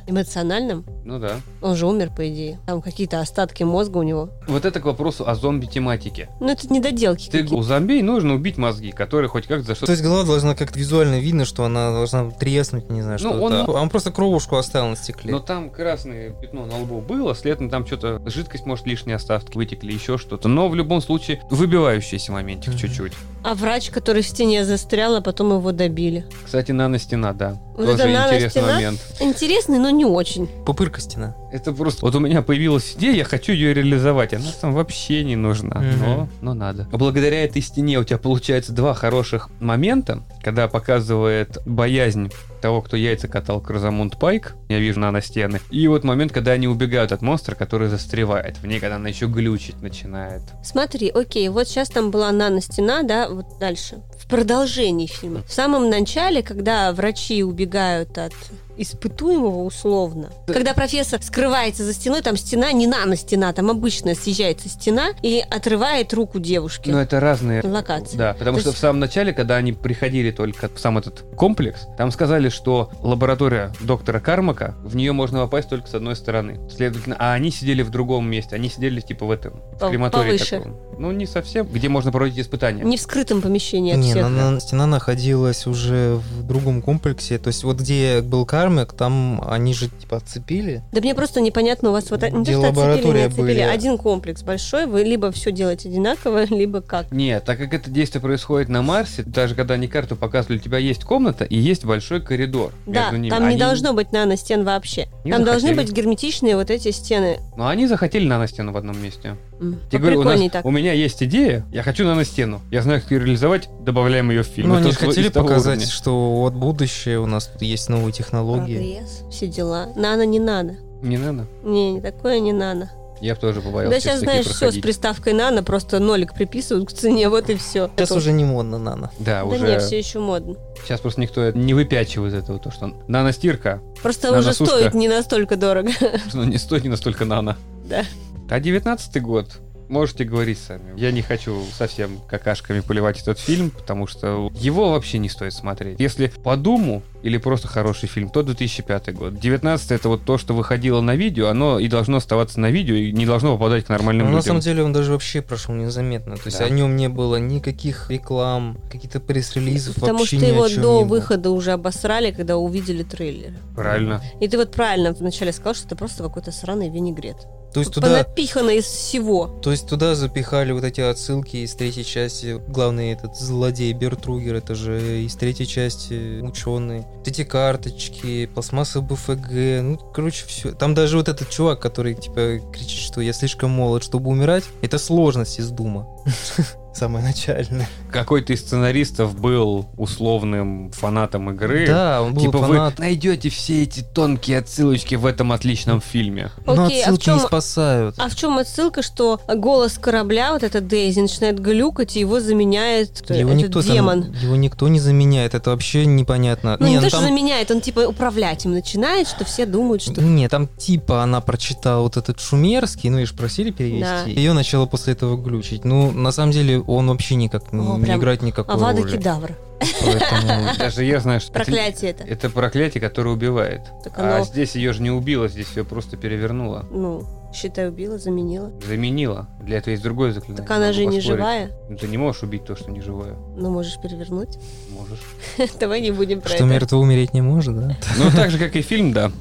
C: безэмоциональным.
A: Ну да.
C: Он же умер, по идее. Там какие-то остатки мозга у него.
A: Вот это к вопросу о зомби-тематике.
C: Ну, это недоделки
A: Ты,
C: какие-то.
A: у зомби нужно убить мозги, которые хоть как-то за что-то...
B: То есть голова должна как-то визуально видно, что она должна треснуть, не знаю,
A: Ну,
B: что
A: он- Ну,
B: он... он просто кровушку оставил на стекле.
A: Но там красное пятно на лбу было, следом там что-то, жидкость, может, лишние остатки вытекли, еще что-то. Но в любом случае, выбивающийся моментик
B: Мгм.
A: чуть-чуть.
C: А врач, который в стене застрял, а потом его добили.
A: Кстати, нано-стена, да.
C: Вот
A: Тоже
C: это
A: интересный
C: наностена?
A: момент.
C: Интересный, но не очень.
B: Пупырка стена.
A: Это просто... Вот у меня появилась идея, я хочу ее реализовать. Она там вообще не нужна,
B: Мгм.
A: но, но надо. А Благодаря этой стене у тебя получается два хороших момента, когда показывает боязнь того, кто яйца катал Кразамунд Пайк, я вижу на стены. И вот момент, когда они убегают от монстра, который застревает. В ней, когда она еще глючить начинает.
C: Смотри, окей, вот сейчас там была наностена, да, вот дальше. В продолжении фильма. В самом начале, когда врачи убегают от испытуемого условно. Когда профессор скрывается за стеной, там стена не наностена, там обычная съезжается стена и отрывает руку девушки.
B: Ну,
A: Но это разные
C: Локации.
A: Да, потому
C: То
A: что
C: есть-
A: в самом начале, когда они приходили только в сам этот комплекс, там сказали, что лаборатория доктора Кармака, в нее можно попасть только с одной стороны. Следовательно, а они сидели в другом месте, они сидели типа в этом, в
C: Пов-
A: крематории
C: повыше.
A: таком. Ну, не совсем, где можно проводить испытания.
C: Не в скрытом помещении от
B: не, ну,
C: всех.
B: на- на- стена находилась уже в другом комплексе. То есть вот где был Кармик, там они же типа отцепили.
C: Да мне просто непонятно, у вас вот не
B: Где
C: то, что отцепили, не
B: лаборатория
C: отцепили,
B: были.
C: один комплекс большой, вы либо все делаете одинаково, либо как.
A: Нет, так как это действие происходит на Марсе, даже когда они карту показывали, у тебя есть комната и есть большой коридор.
C: Да,
A: между ними.
C: там не
A: ну Они-
C: должно быть наностен вообще.
A: Не
C: там должны
A: захотели.
C: быть герметичные вот эти стены.
A: Но они захотели наностену в одном месте.
C: М,
A: Я говорю, у, нас-
C: поприкольней так.
A: у меня есть идея, я хочу наностену. Я знаю, как ее реализовать, добавляем ее в фильм.
B: ну,
A: Это
B: они же
A: вот из
B: хотели
A: того
B: показать,
A: уровня.
B: что вот будущее, у нас тут есть новые технологии.
C: Прогресс, все дела. Нано не надо.
A: Не надо.
C: Не, не такое не нано.
A: Я бы тоже побоялся.
C: да сейчас,
A: через такие
C: знаешь, все с
A: проходить.
C: приставкой нано, просто нолик приписывают к цене, вот и все.
B: Сейчас уже не модно, нано.
A: Да,
C: Да
A: уже.
C: не, все еще модно.
A: Сейчас просто никто это не выпячивает этого, то, что наностирка,
C: Просто
A: Нано
C: уже
A: сушка. Ну,
C: стоит не настолько дорого.
A: что не стоит не настолько нано.
C: Да.
A: А девятнадцатый год Можете говорить сами. Я не хочу совсем какашками поливать этот фильм, потому что его вообще не стоит смотреть. Если по Думу или просто хороший фильм, то 2005 год. 19 это вот то, что выходило на видео, оно и должно оставаться на видео, и не должно попадать к нормальным
B: Ну, на
A: людям.
B: самом деле он даже вообще прошел незаметно. То есть
A: Да.
B: о нем не было никаких реклам, каких-то пресс-релизов,
C: Потому
B: вообще
C: что
B: ни о
C: его
B: чем
C: до
B: не было.
C: выхода уже обосрали, когда увидели трейлер.
A: Правильно.
C: И ты вот правильно вначале сказал, что это просто какой-то сраный винегрет.
B: То есть туда,
C: Понапихано из всего.
B: то есть туда запихали вот эти отсылки из третьей части. Главный этот злодей Бертругер, это же из третьей части ученый. Вот эти карточки, пластмасса БФГ, ну, короче, все. Там даже вот этот чувак, который, типа, кричит, что я слишком молод, чтобы умирать. Это сложность из Дума. Самое начальное.
A: Какой-то из сценаристов был условным фанатом игры.
B: Да, он был
A: типа
B: фанат.
A: вы найдете все эти тонкие отсылочки в этом отличном фильме.
B: Но
C: Окей, а в
B: отсылки
C: чем-
B: не спасают.
C: А в чем отсылка, что голос корабля, вот этот Дейзи, начинает глюкать, и его заменяет
B: Его
C: этот
B: никто там-
C: демон.
B: его никто не заменяет, это вообще непонятно.
C: Ну,
B: Не,
C: не,
B: ну
C: то, что
B: там-
C: заменяет, он типа управлять им начинает, что все думают, что...
B: Не, там типа она прочитала вот этот шумерский, ну и ж просили перевести.
C: Да.
B: Ее начала после этого глючить. Ну, на самом деле, он вообще никак не,
C: О,
B: не
C: прям
B: играет никакой
C: Авада
B: роли.
C: Кедавра.
B: Поэтому-
A: Даже я знаю, что... это-
C: Проклятие это.
A: Это проклятие, которое убивает.
C: Так
A: А
C: оно,
A: здесь ее же не убило, здесь ее просто перевернуло.
C: ну, считай, убила, заменила.
A: Заменило. Для этого есть другое заклинание.
C: Так она
A: могу
C: же не
A: поспорить.
C: живая.
A: Ну, Ты не можешь убить то, что не живое.
C: Ну, можешь перевернуть.
A: Можешь.
C: Давай не будем про
B: Что
C: это.
B: мертво умереть не может, да?
A: Ну, так же, как и фильм, да.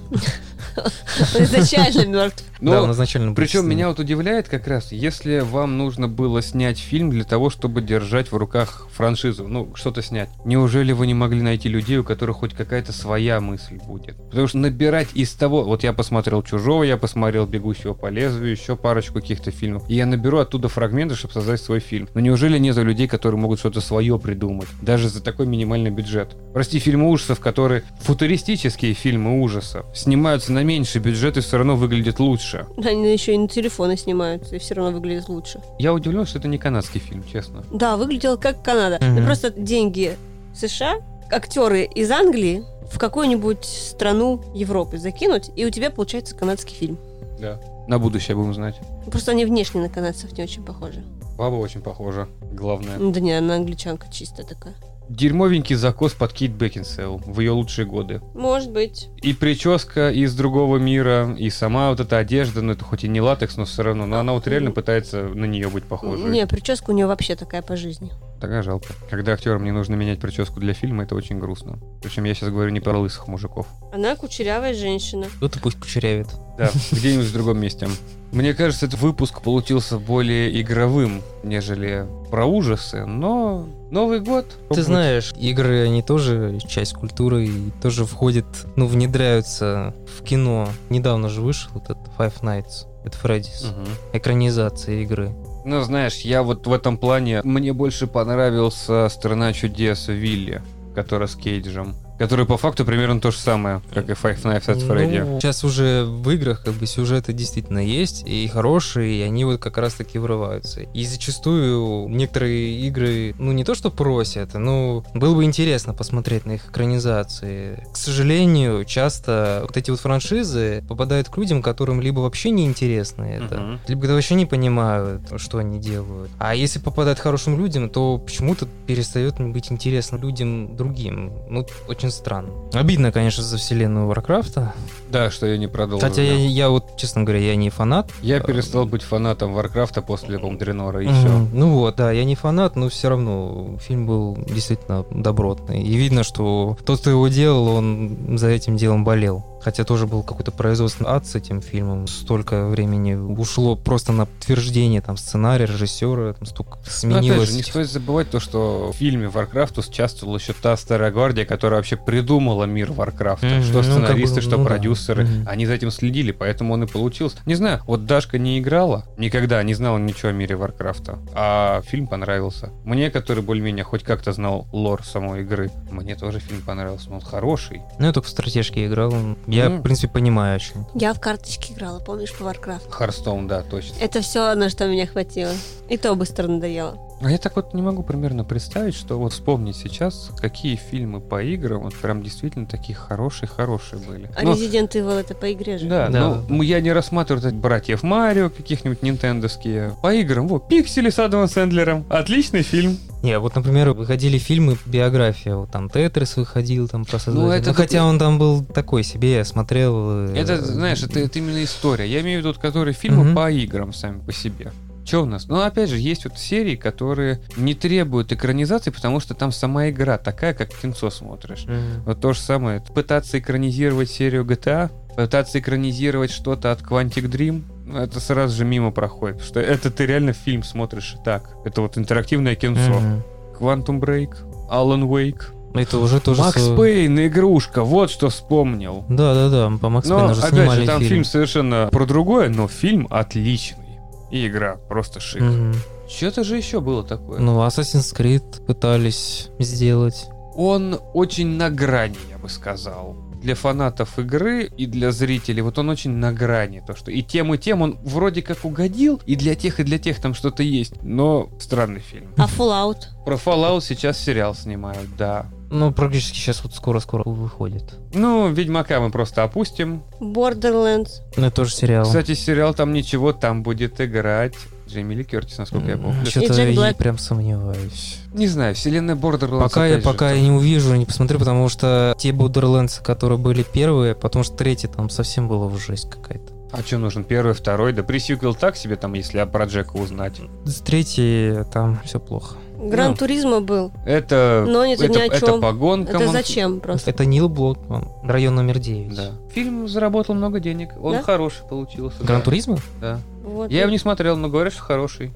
A: Ну,
C: Он изначально мертв.
A: Но
B: да, он изначально был
A: Причем
B: с ним.
A: меня вот удивляет как раз, если вам нужно было снять фильм для того, чтобы держать в руках франшизу, ну, что-то снять, неужели вы не могли найти людей, у которых хоть какая-то своя мысль будет? Потому что набирать из того, вот я посмотрел «Чужого», я посмотрел «Бегущего по лезвию», еще парочку каких-то фильмов, и я наберу оттуда фрагменты, чтобы создать свой фильм. Но неужели нет людей, которые могут что-то свое придумать, даже за такой минимальный бюджет? Прости, фильмы ужасов, которые футуристические фильмы ужасов, снимаются на меньший бюджет и все равно выглядят лучше.
C: Они еще и на телефоны снимаются, и все равно выглядит лучше.
A: Я удивлен, что это не канадский фильм, честно.
C: Да, выглядело как Канада.
B: Мгм.
C: Ну, Просто деньги США, актеры из Англии в какую-нибудь страну Европы закинуть, и у тебя получается канадский фильм.
A: Да. На будущее будем знать.
C: Просто они внешне на канадцев не очень похожи. Ну,
A: Баба очень похожа, главное.
C: Да не, она англичанка чистая такая.
A: Дерьмовенький закос под Кит Бекинсейл в ее лучшие годы.
C: Может быть.
A: И прическа из другого мира, и сама вот эта одежда, ну это хоть и не латекс, но все равно, но она вот реально пытается на нее быть похожей.
C: Не, прическа у нее вообще такая по жизни.
A: Такая жалко. Когда актерам не нужно менять прическу для фильма, это очень грустно. Причем я сейчас говорю не про лысых мужиков.
C: Она кучерявая женщина.
B: Кто-то пусть кучерявит.
A: Да, где-нибудь в другом месте. Мне кажется, этот выпуск получился более игровым, нежели про ужасы, но Новый год.
B: Ты знаешь, игры, они тоже часть культуры и тоже входят, ну, внедряются в кино. Недавно же вышел вот этот Five Nights at Freddy's.
A: Мгм.
B: Экранизация игры.
A: Ну, знаешь, я вот в этом плане... Мне больше понравился «Страна чудес» Вилли, которая с Кейджем. Который по факту примерно то же самое, как и Five Nights at
B: Ну,
A: Freddy.
B: сейчас уже в играх как бы сюжеты действительно есть, и хорошие, и они вот как раз таки врываются. И зачастую некоторые игры, ну не то что просят, но было бы интересно посмотреть на их экранизации. К сожалению, часто вот эти вот франшизы попадают к людям, которым либо вообще не интересно это,
A: Мгм.
B: либо когда вообще не понимают, что они делают. А если попадает хорошим людям, то почему-то перестает быть интересно людям другим. Ну, очень странно. Обидно, конечно, за вселенную Варкрафта.
A: Да, что я не продолжил.
B: Хотя я, я вот, честно говоря, я не фанат.
A: Я перестал быть фанатом Варкрафта после, по-моему, Дренора и все.
B: Мгм. Ну вот, да, я не фанат, но все равно фильм был действительно добротный. И видно, что тот, кто его делал, он за этим делом болел. Хотя тоже был какой-то производственный ад с этим фильмом. Столько времени ушло просто на подтверждение там сценария, режиссера, там
A: Ну,
B: столько
A: опять
B: сменилось.
A: же, не стоит забывать то, что в фильме Варкрафт участвовала еще та старая гвардия, которая вообще придумала мир Варкрафта.
B: Мгм,
A: Что
B: ну, как бы,
A: сценаристы, что
B: ну да.
A: продюсеры.
B: Мгм.
A: Они за этим следили, поэтому он и получился. Не знаю, вот Дашка не играла, никогда не знала ничего о мире Варкрафта. А фильм понравился. Мне, который более-менее хоть как-то знал лор самой игры, мне тоже фильм понравился. но Он хороший.
B: Ну, я только в стратежке играл. Я,
A: Мгм.
B: в принципе, понимаю, о чем.
C: Я в карточки играла, помнишь, по Warcraft?
A: Харстоун, да, точно.
C: Это все, на что меня хватило. И то быстро надоело.
A: А я так вот не могу примерно представить, что вот вспомнить сейчас, какие фильмы по играм вот прям действительно такие хорошие-хорошие были.
C: А
A: Ну,
C: Resident Evil это по игре же.
A: да,
B: Да.
A: ну, мы- я не рассматриваю вот этих братьев Марио, каких-нибудь нинтендовские. По играм, вот, Пиксели с Адамом Сэндлером. Отличный фильм.
B: Не, вот, например, выходили фильмы биография, вот там Тетрис выходил, там про создателя.
A: это
B: Ну, хотя
A: такой-
B: он там был такой себе, я смотрел. э,
A: Это, знаешь, это, это именно история. Я имею в виду, вот, которые фильмы
B: Мгм.
A: по играм сами по себе. Что у нас? Ну, опять же, есть вот серии, которые не требуют экранизации, потому что там сама игра такая, как в кинцо смотришь.
B: Мгм.
A: Вот то же самое. Пытаться экранизировать серию GTA, пытаться экранизировать что-то от Quantic Dream, ну, это сразу же мимо проходит. Потому что это ты реально фильм смотришь и так. Это вот интерактивное кинцо.
B: Мгм.
A: Quantum Break, Alan Wake,
B: Это уже тоже...
A: Макс
B: со-
A: Пейн, игрушка, вот что вспомнил.
B: Да, да, да, по Макс
A: Но,
B: Пейну уже
A: опять же,
B: снимали
A: там фильм.
B: фильм.
A: совершенно про другое, но фильм отличный. И игра просто шик.
B: Мгм.
A: Что-то же еще было такое.
B: Ну, Assassin's Creed пытались сделать.
A: он очень на грани, я бы сказал. Для фанатов игры и для зрителей, вот он очень на грани. То, что и тем, и тем он вроде как угодил, и для тех, и для тех там что-то есть. Но странный фильм.
C: А Fallout?
A: Про Fallout сейчас сериал снимают, да.
B: Ну, практически сейчас вот скоро-скоро выходит.
A: Ну, Ведьмака мы просто опустим.
C: Borderlands?
B: Ну, это тоже сериал.
A: Кстати, сериал там ничего, там будет играть Джейми Ли Кертис, насколько я помню.
C: И
B: Что-то
C: Джек
B: я
C: Блэк.
B: прям сомневаюсь.
A: Не знаю, вселенная Borderlands.
B: Пока я
A: опять же,
B: пока я не увижу, не посмотрю, потому что те Borderlands, которые были первые, потому что третий там совсем была уже жесть какая-то.
A: А что нужен первый, второй? Да пресиквел так себе там, если про Джека узнать.
B: С третьей там все плохо.
C: Гран
A: Ну.
C: Туризма был.
A: Это...
C: Но Ну, это,
A: это,
C: ни о
A: это
C: чем.
A: по гонкам
C: Это
A: он-
C: зачем просто?
B: Это Нил Блок, он, район номер 9.
A: Да. Фильм заработал много денег. Он
C: Да?
A: хороший получился.
B: Гран
A: да.
B: Туризма?
A: Да.
C: Вот.
A: Я его не смотрел, но говорят, что хороший.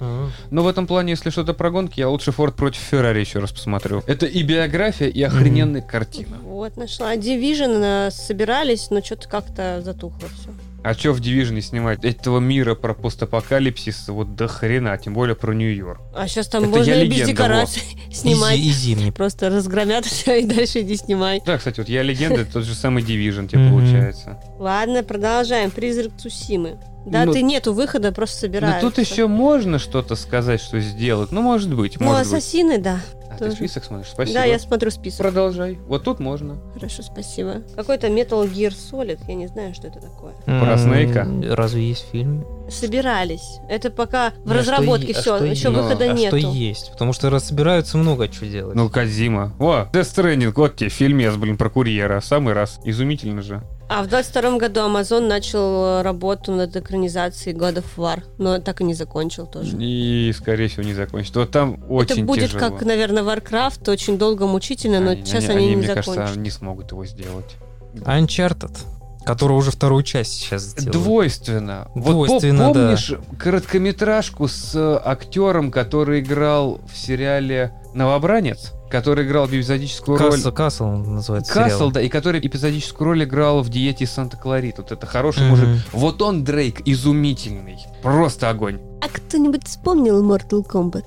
A: Но в этом плане, если что-то про гонки, я лучше Форд против Феррари еще раз посмотрю. Это и биография, и охрененная картина.
C: Вот, нашла. Division э, собирались, но что-то как-то затухло все.
A: А что в Дивижне снимать? Этого мира про постапокалипсис вот до хрена, а тем более про Нью-Йорк.
C: А сейчас там
A: Это
C: можно
A: я
C: и без
A: легенда,
C: декораций снимать.
B: И, зи- и зимний.
C: Просто разгромят все и дальше иди снимай.
A: Да, кстати, вот я легенда, тот же самый Division, тебе
B: Мгм.
A: получается.
C: Ладно, продолжаем. Призрак Цусимы. Да,
A: Ну-
C: ты нету выхода, просто
A: Но
C: собираешься.
A: тут еще можно что-то сказать, что сделать. Ну, может быть,
C: Ну,
A: может быть.
C: ассасины, да.
A: А ты
C: тоже.
A: список смотришь? Спасибо.
C: Да, я смотрю список.
A: Продолжай. Вот тут можно.
C: Хорошо, спасибо. Какой-то Metal Gear Solid, я не знаю, что это такое.
A: Про
B: М,
A: Снейка?
B: Разве есть фильм?
C: Собирались. Это пока в
B: Не, а что
C: разработке
B: е- а
C: все,
B: что
C: еще
A: е-
C: выхода
B: а
C: нету.
B: что есть? Потому что раз собираются много чего делать.
A: Ну, Казима. О, Death Stranding, вот тебе фильмец, блин, про курьера. Самый раз. Изумительно же.
C: А в 22 году Amazon начал э, работу над экранизацией God of War, но так и не закончил тоже.
A: И, скорее всего, не закончит. Вот там очень
C: это будет
A: тяжело.
C: как, наверное, Warcraft, очень долго, мучительно, но сейчас они, не
A: мне
C: закончат.
A: кажется, не смогут его сделать.
B: Uncharted, который уже вторую часть сейчас сделали.
A: Двойственно.
B: Двойственно,
A: вот по-
B: да.
A: помнишь короткометражку с э, актером, который играл в сериале «Новобранец», который играл эпизодическую роль...
B: Касл, Касл он называется
A: Касл,
B: сериал.
A: да, и который эпизодическую роль играл в «Диете из Санта-Кларит». Вот это хороший
B: Мгм.
A: мужик. Вот он, Дрейк, изумительный. Просто огонь.
C: А кто-нибудь вспомнил Mortal Kombat?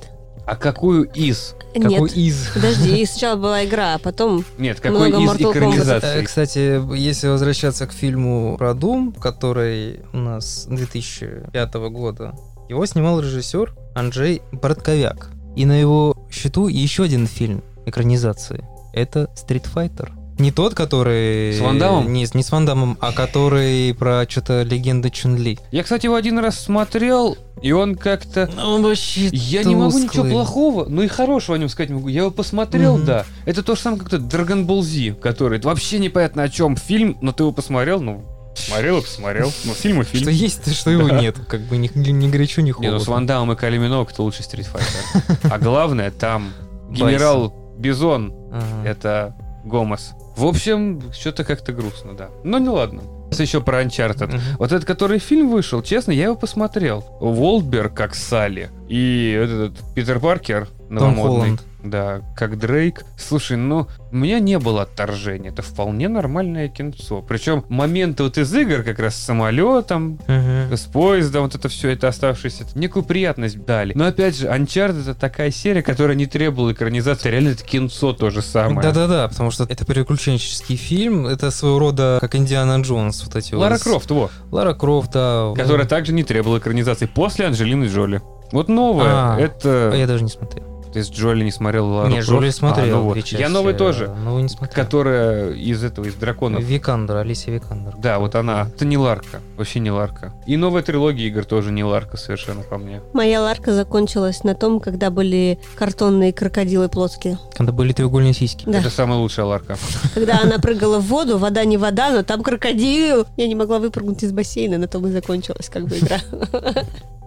A: А какую из
B: Какой
C: Нет.
B: из...
C: Подожди, и сначала была игра, а потом...
A: Нет, какой
C: Много
A: из
C: Mortal Kombat.
B: Э,
A: экранизаций?
B: Кстати, если возвращаться к фильму про Дум, который у нас 2005 года, его снимал режиссер Анджей Бортковяк. И на его счету еще один фильм экранизации. Это Street Fighter. Не тот, который...
A: С Ван Даммом?
B: Не, не с Ван Даммом, а который про что-то легенда Чунли.
A: Я, кстати, его один раз смотрел, и он как-то...
B: Ну, вообще
A: Я не могу ничего
B: тусклый.
A: плохого, ну и хорошего о нем сказать не могу. Я его посмотрел,
B: Мгм.
A: да. Это то же самое, как то Dragon Ball Z, который вообще непонятно о чем фильм, но ты его посмотрел, ну, смотрел и посмотрел. Ну, фильм и
B: Что
A: фильм.
B: есть, что его
A: Да.
B: нет. Как бы ни, ни- ни горячо, ни
A: Не,
B: холодно.
A: ну с Ван Дамом и Кали Минок это лучший стритфайтер. А главное, там генерал Бизон,
B: Ага.
A: это Гомос. В общем, что-то как-то грустно, да. Ну, не ладно. Еще про Uncharted.
B: Мгм.
A: Вот этот, который фильм вышел, честно, я его посмотрел. Волдберг как Салли и вот этот Питер Паркер новомодный.
B: Холланд.
A: Да, как Дрейк. Слушай, ну, у меня не было отторжения. Это вполне нормальное кинцо. Причем моменты вот из игр как раз с самолетом,
B: Мгм.
A: с поездом, вот это все, это оставшееся, некую приятность дали. Но опять же, Uncharted это такая серия, которая не требовала экранизации. Реально это кинцо то же самое.
B: Да-да-да, потому что это приключенческий фильм, это своего рода как Индиана Джонс, вот эти вот.
A: Лара Крофт, вот.
B: Лара Крофт, да.
A: Которая также не требовала экранизации после Анджелины Джоли. Вот новое,
B: А.
A: это...
B: Я даже не смотрел.
A: Ты с Джоли не смотрел Лару
B: Не,
A: Крофт?
B: Жюли смотрел.
A: А, ну вот.
B: две
A: Я
B: части,
A: новый
B: а
A: тоже,
B: Новый не смотрел.
A: которая из этого, из драконов.
B: Викандер, Алисия Викандер.
A: Да, вот она. Это не Ларка. Вообще не Ларка. И новая трилогия игр тоже не Ларка совершенно по мне.
C: Моя ларка закончилась на том, когда были картонные крокодилы плоские.
B: Когда были треугольные сиськи.
C: Да.
A: Это самая лучшая Ларка.
C: Когда она прыгала в воду, вода не вода, но там крокодил. Я не могла выпрыгнуть из бассейна, на том и закончилась как бы игра.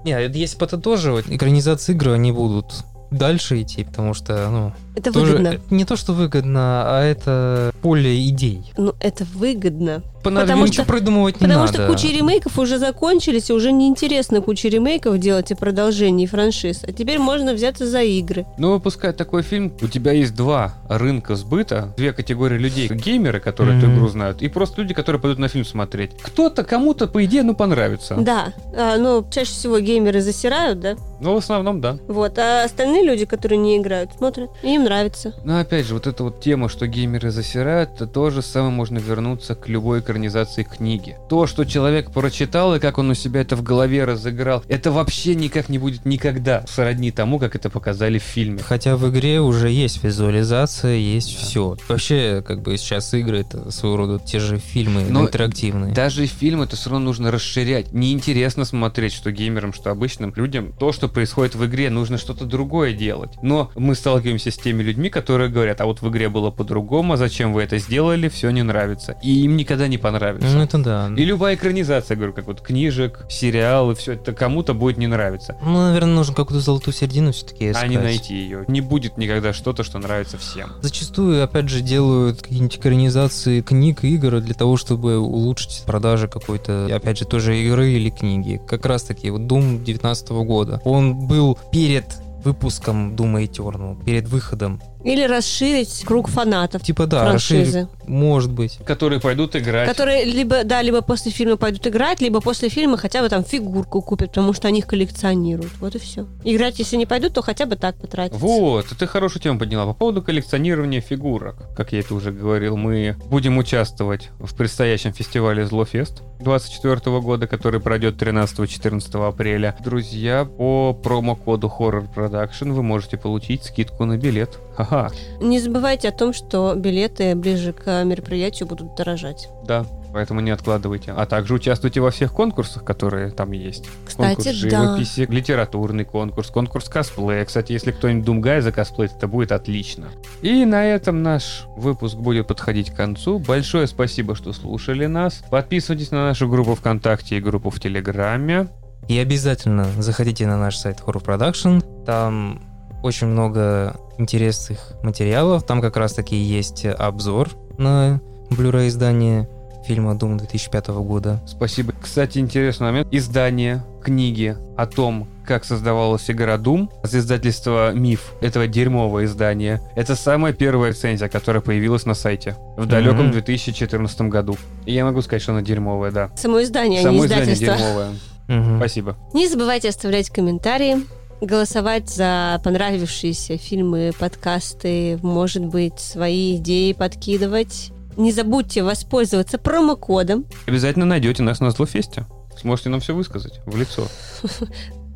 B: Не, это если подытоживать, экранизации игры, они будут дальше идти, потому что, ну,
C: Это
B: тоже-
C: выгодно.
B: не то, что выгодно, а это поле идей.
C: Ну, это выгодно.
B: Понадобится
C: что-
B: ничего придумывать не
C: Потому
B: надо.
C: что куча ремейков уже закончились, и уже неинтересно кучу ремейков делать и продолжений франшиз. А теперь можно взяться за игры.
A: Ну, выпускать такой фильм, у тебя есть два рынка сбыта, две категории людей. Геймеры, которые эту
B: Мгм.
A: игру знают, и просто люди, которые пойдут на фильм смотреть. Кто-то кому-то, по идее, ну, понравится.
C: Да, А, но чаще всего геймеры засирают, да?
A: Но Ну, в основном, да.
C: Вот, а остальные люди, которые не играют, смотрят, и им нравится.
A: Но Ну, опять же, вот эта вот тема, что геймеры засирают, это тоже самое можно вернуться к любой экранизации книги. То, что человек прочитал и как он у себя это в голове разыграл, это вообще никак не будет никогда сродни тому, как это показали в фильме.
B: Хотя в игре уже есть визуализация, есть все. Вообще, как бы сейчас игры это своего рода те же фильмы
A: Но
B: интерактивные.
A: Даже фильм это все равно нужно расширять. Неинтересно смотреть, что геймерам, что обычным людям. То, что происходит в игре, нужно что-то другое делать. Но мы сталкиваемся с теми людьми, которые говорят, а вот в игре было по-другому, а зачем вы это сделали, все не нравится. И им никогда не понравится.
B: Ну это да.
A: И любая экранизация, говорю, как вот книжек, сериалы, все это кому-то будет не нравиться.
B: Ну, наверное, нужно какую-то золотую середину все-таки искать.
A: А не найти ее. Не будет никогда что-то, что нравится всем.
B: Зачастую, опять же, делают какие-нибудь экранизации книг, игр для того, чтобы улучшить продажи какой-то, опять же, тоже игры или книги. Как раз таки, вот Doom 19 года. Он был перед выпуском Дума Eternal, перед выходом.
C: Или расширить круг фанатов
B: Типа да, расширить,
C: франшизы.
B: может быть.
A: Которые пойдут играть.
C: Которые либо, да, либо после фильма пойдут играть, либо после фильма хотя бы там фигурку купят, потому что они их коллекционируют. Вот и все. Играть, если не пойдут, то хотя бы так потратить.
A: Вот, ты хорошую тему подняла по поводу коллекционирования фигурок. Как я это уже говорил, мы будем участвовать в предстоящем фестивале Злофест 24 года, который пройдет 13-14 апреля. Друзья, по промокоду Horror Production вы можете получить скидку на билет. Ха-ха.
C: Не забывайте о том, что билеты ближе к мероприятию будут дорожать.
A: Да, поэтому не откладывайте. А также участвуйте во всех конкурсах, которые там есть. конкурс
C: Кстати, да.
A: живописи, литературный конкурс, конкурс косплея. Кстати, если кто-нибудь Думгай закосплеит, это будет отлично. И на этом наш выпуск будет подходить к концу. Большое спасибо, что слушали нас. Подписывайтесь на нашу группу ВКонтакте и группу в Телеграме.
B: И обязательно заходите на наш сайт Horror Production. Там очень много интересных материалов. Там как раз таки есть обзор на Blu-ray издание фильма Doom 2005 года.
A: Спасибо. Кстати, интересный момент. Издание книги о том, как создавалась игра Doom с издательства Миф, этого дерьмового издания. Это самая первая рецензия, которая появилась на сайте в далеком
B: Мгм.
A: 2014 году. И я могу сказать, что она дерьмовая, да.
C: Само издание, а не
A: Само издание
C: издательство.
A: дерьмовое.
B: Мгм.
A: Спасибо.
C: Не забывайте оставлять комментарии, голосовать за понравившиеся фильмы, подкасты, может быть, свои идеи подкидывать. Не забудьте воспользоваться промокодом.
A: Обязательно найдете нас на Злофесте. Сможете нам все высказать в лицо.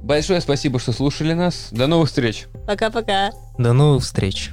A: Большое спасибо, что слушали нас. До новых встреч.
C: Пока-пока.
B: До новых встреч!